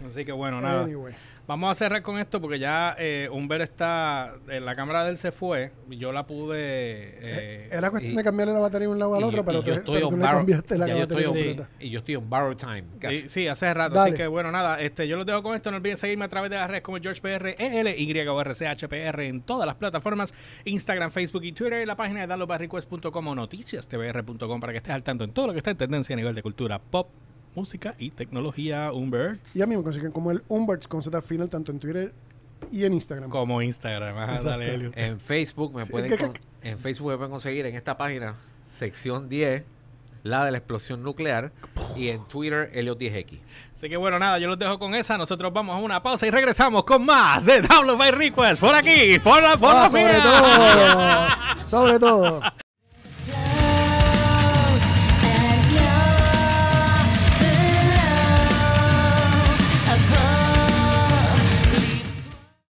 Así que bueno, nada. Anyway. Vamos a cerrar con esto porque ya eh, Humber está, eh, la cámara de él se fue, y yo la pude... eh, Era cuestión y- de cambiarle la batería de un lado al Y otro, yo- pero, y yo te- estoy pero tú on le borrow- cambiaste la ya yo batería estoy em- on- completa. Y yo estoy en borrow time. casi. Y- sí, hace rato. Dale. Así que bueno, nada, este, yo los dejo con esto. No olviden seguirme a través de las redes como GeorgePR, ELYORCHPR en todas las plataformas, Instagram, Facebook y Twitter, y la página de dalobarrequest.com o noticiastbr.com para que estés al tanto en todo lo que está en tendencia a nivel de cultura, pop, música y tecnología, Umberts. Y a mí me consiguen como el Umberts con Z al final, tanto en Twitter y en Instagram. Como Instagram. Ajá, Exacto. dale, Elio. En Facebook me pueden que- que- con- en Facebook me pueden conseguir en esta página sección 10 la de la explosión nuclear y en Twitter Elliot 10X. Así que bueno, nada, yo los dejo con esa. Nosotros vamos a una pausa y regresamos con más de Download by Request por aquí, por la, por la Ah, sobre mía. Ah, todo. Sobre todo.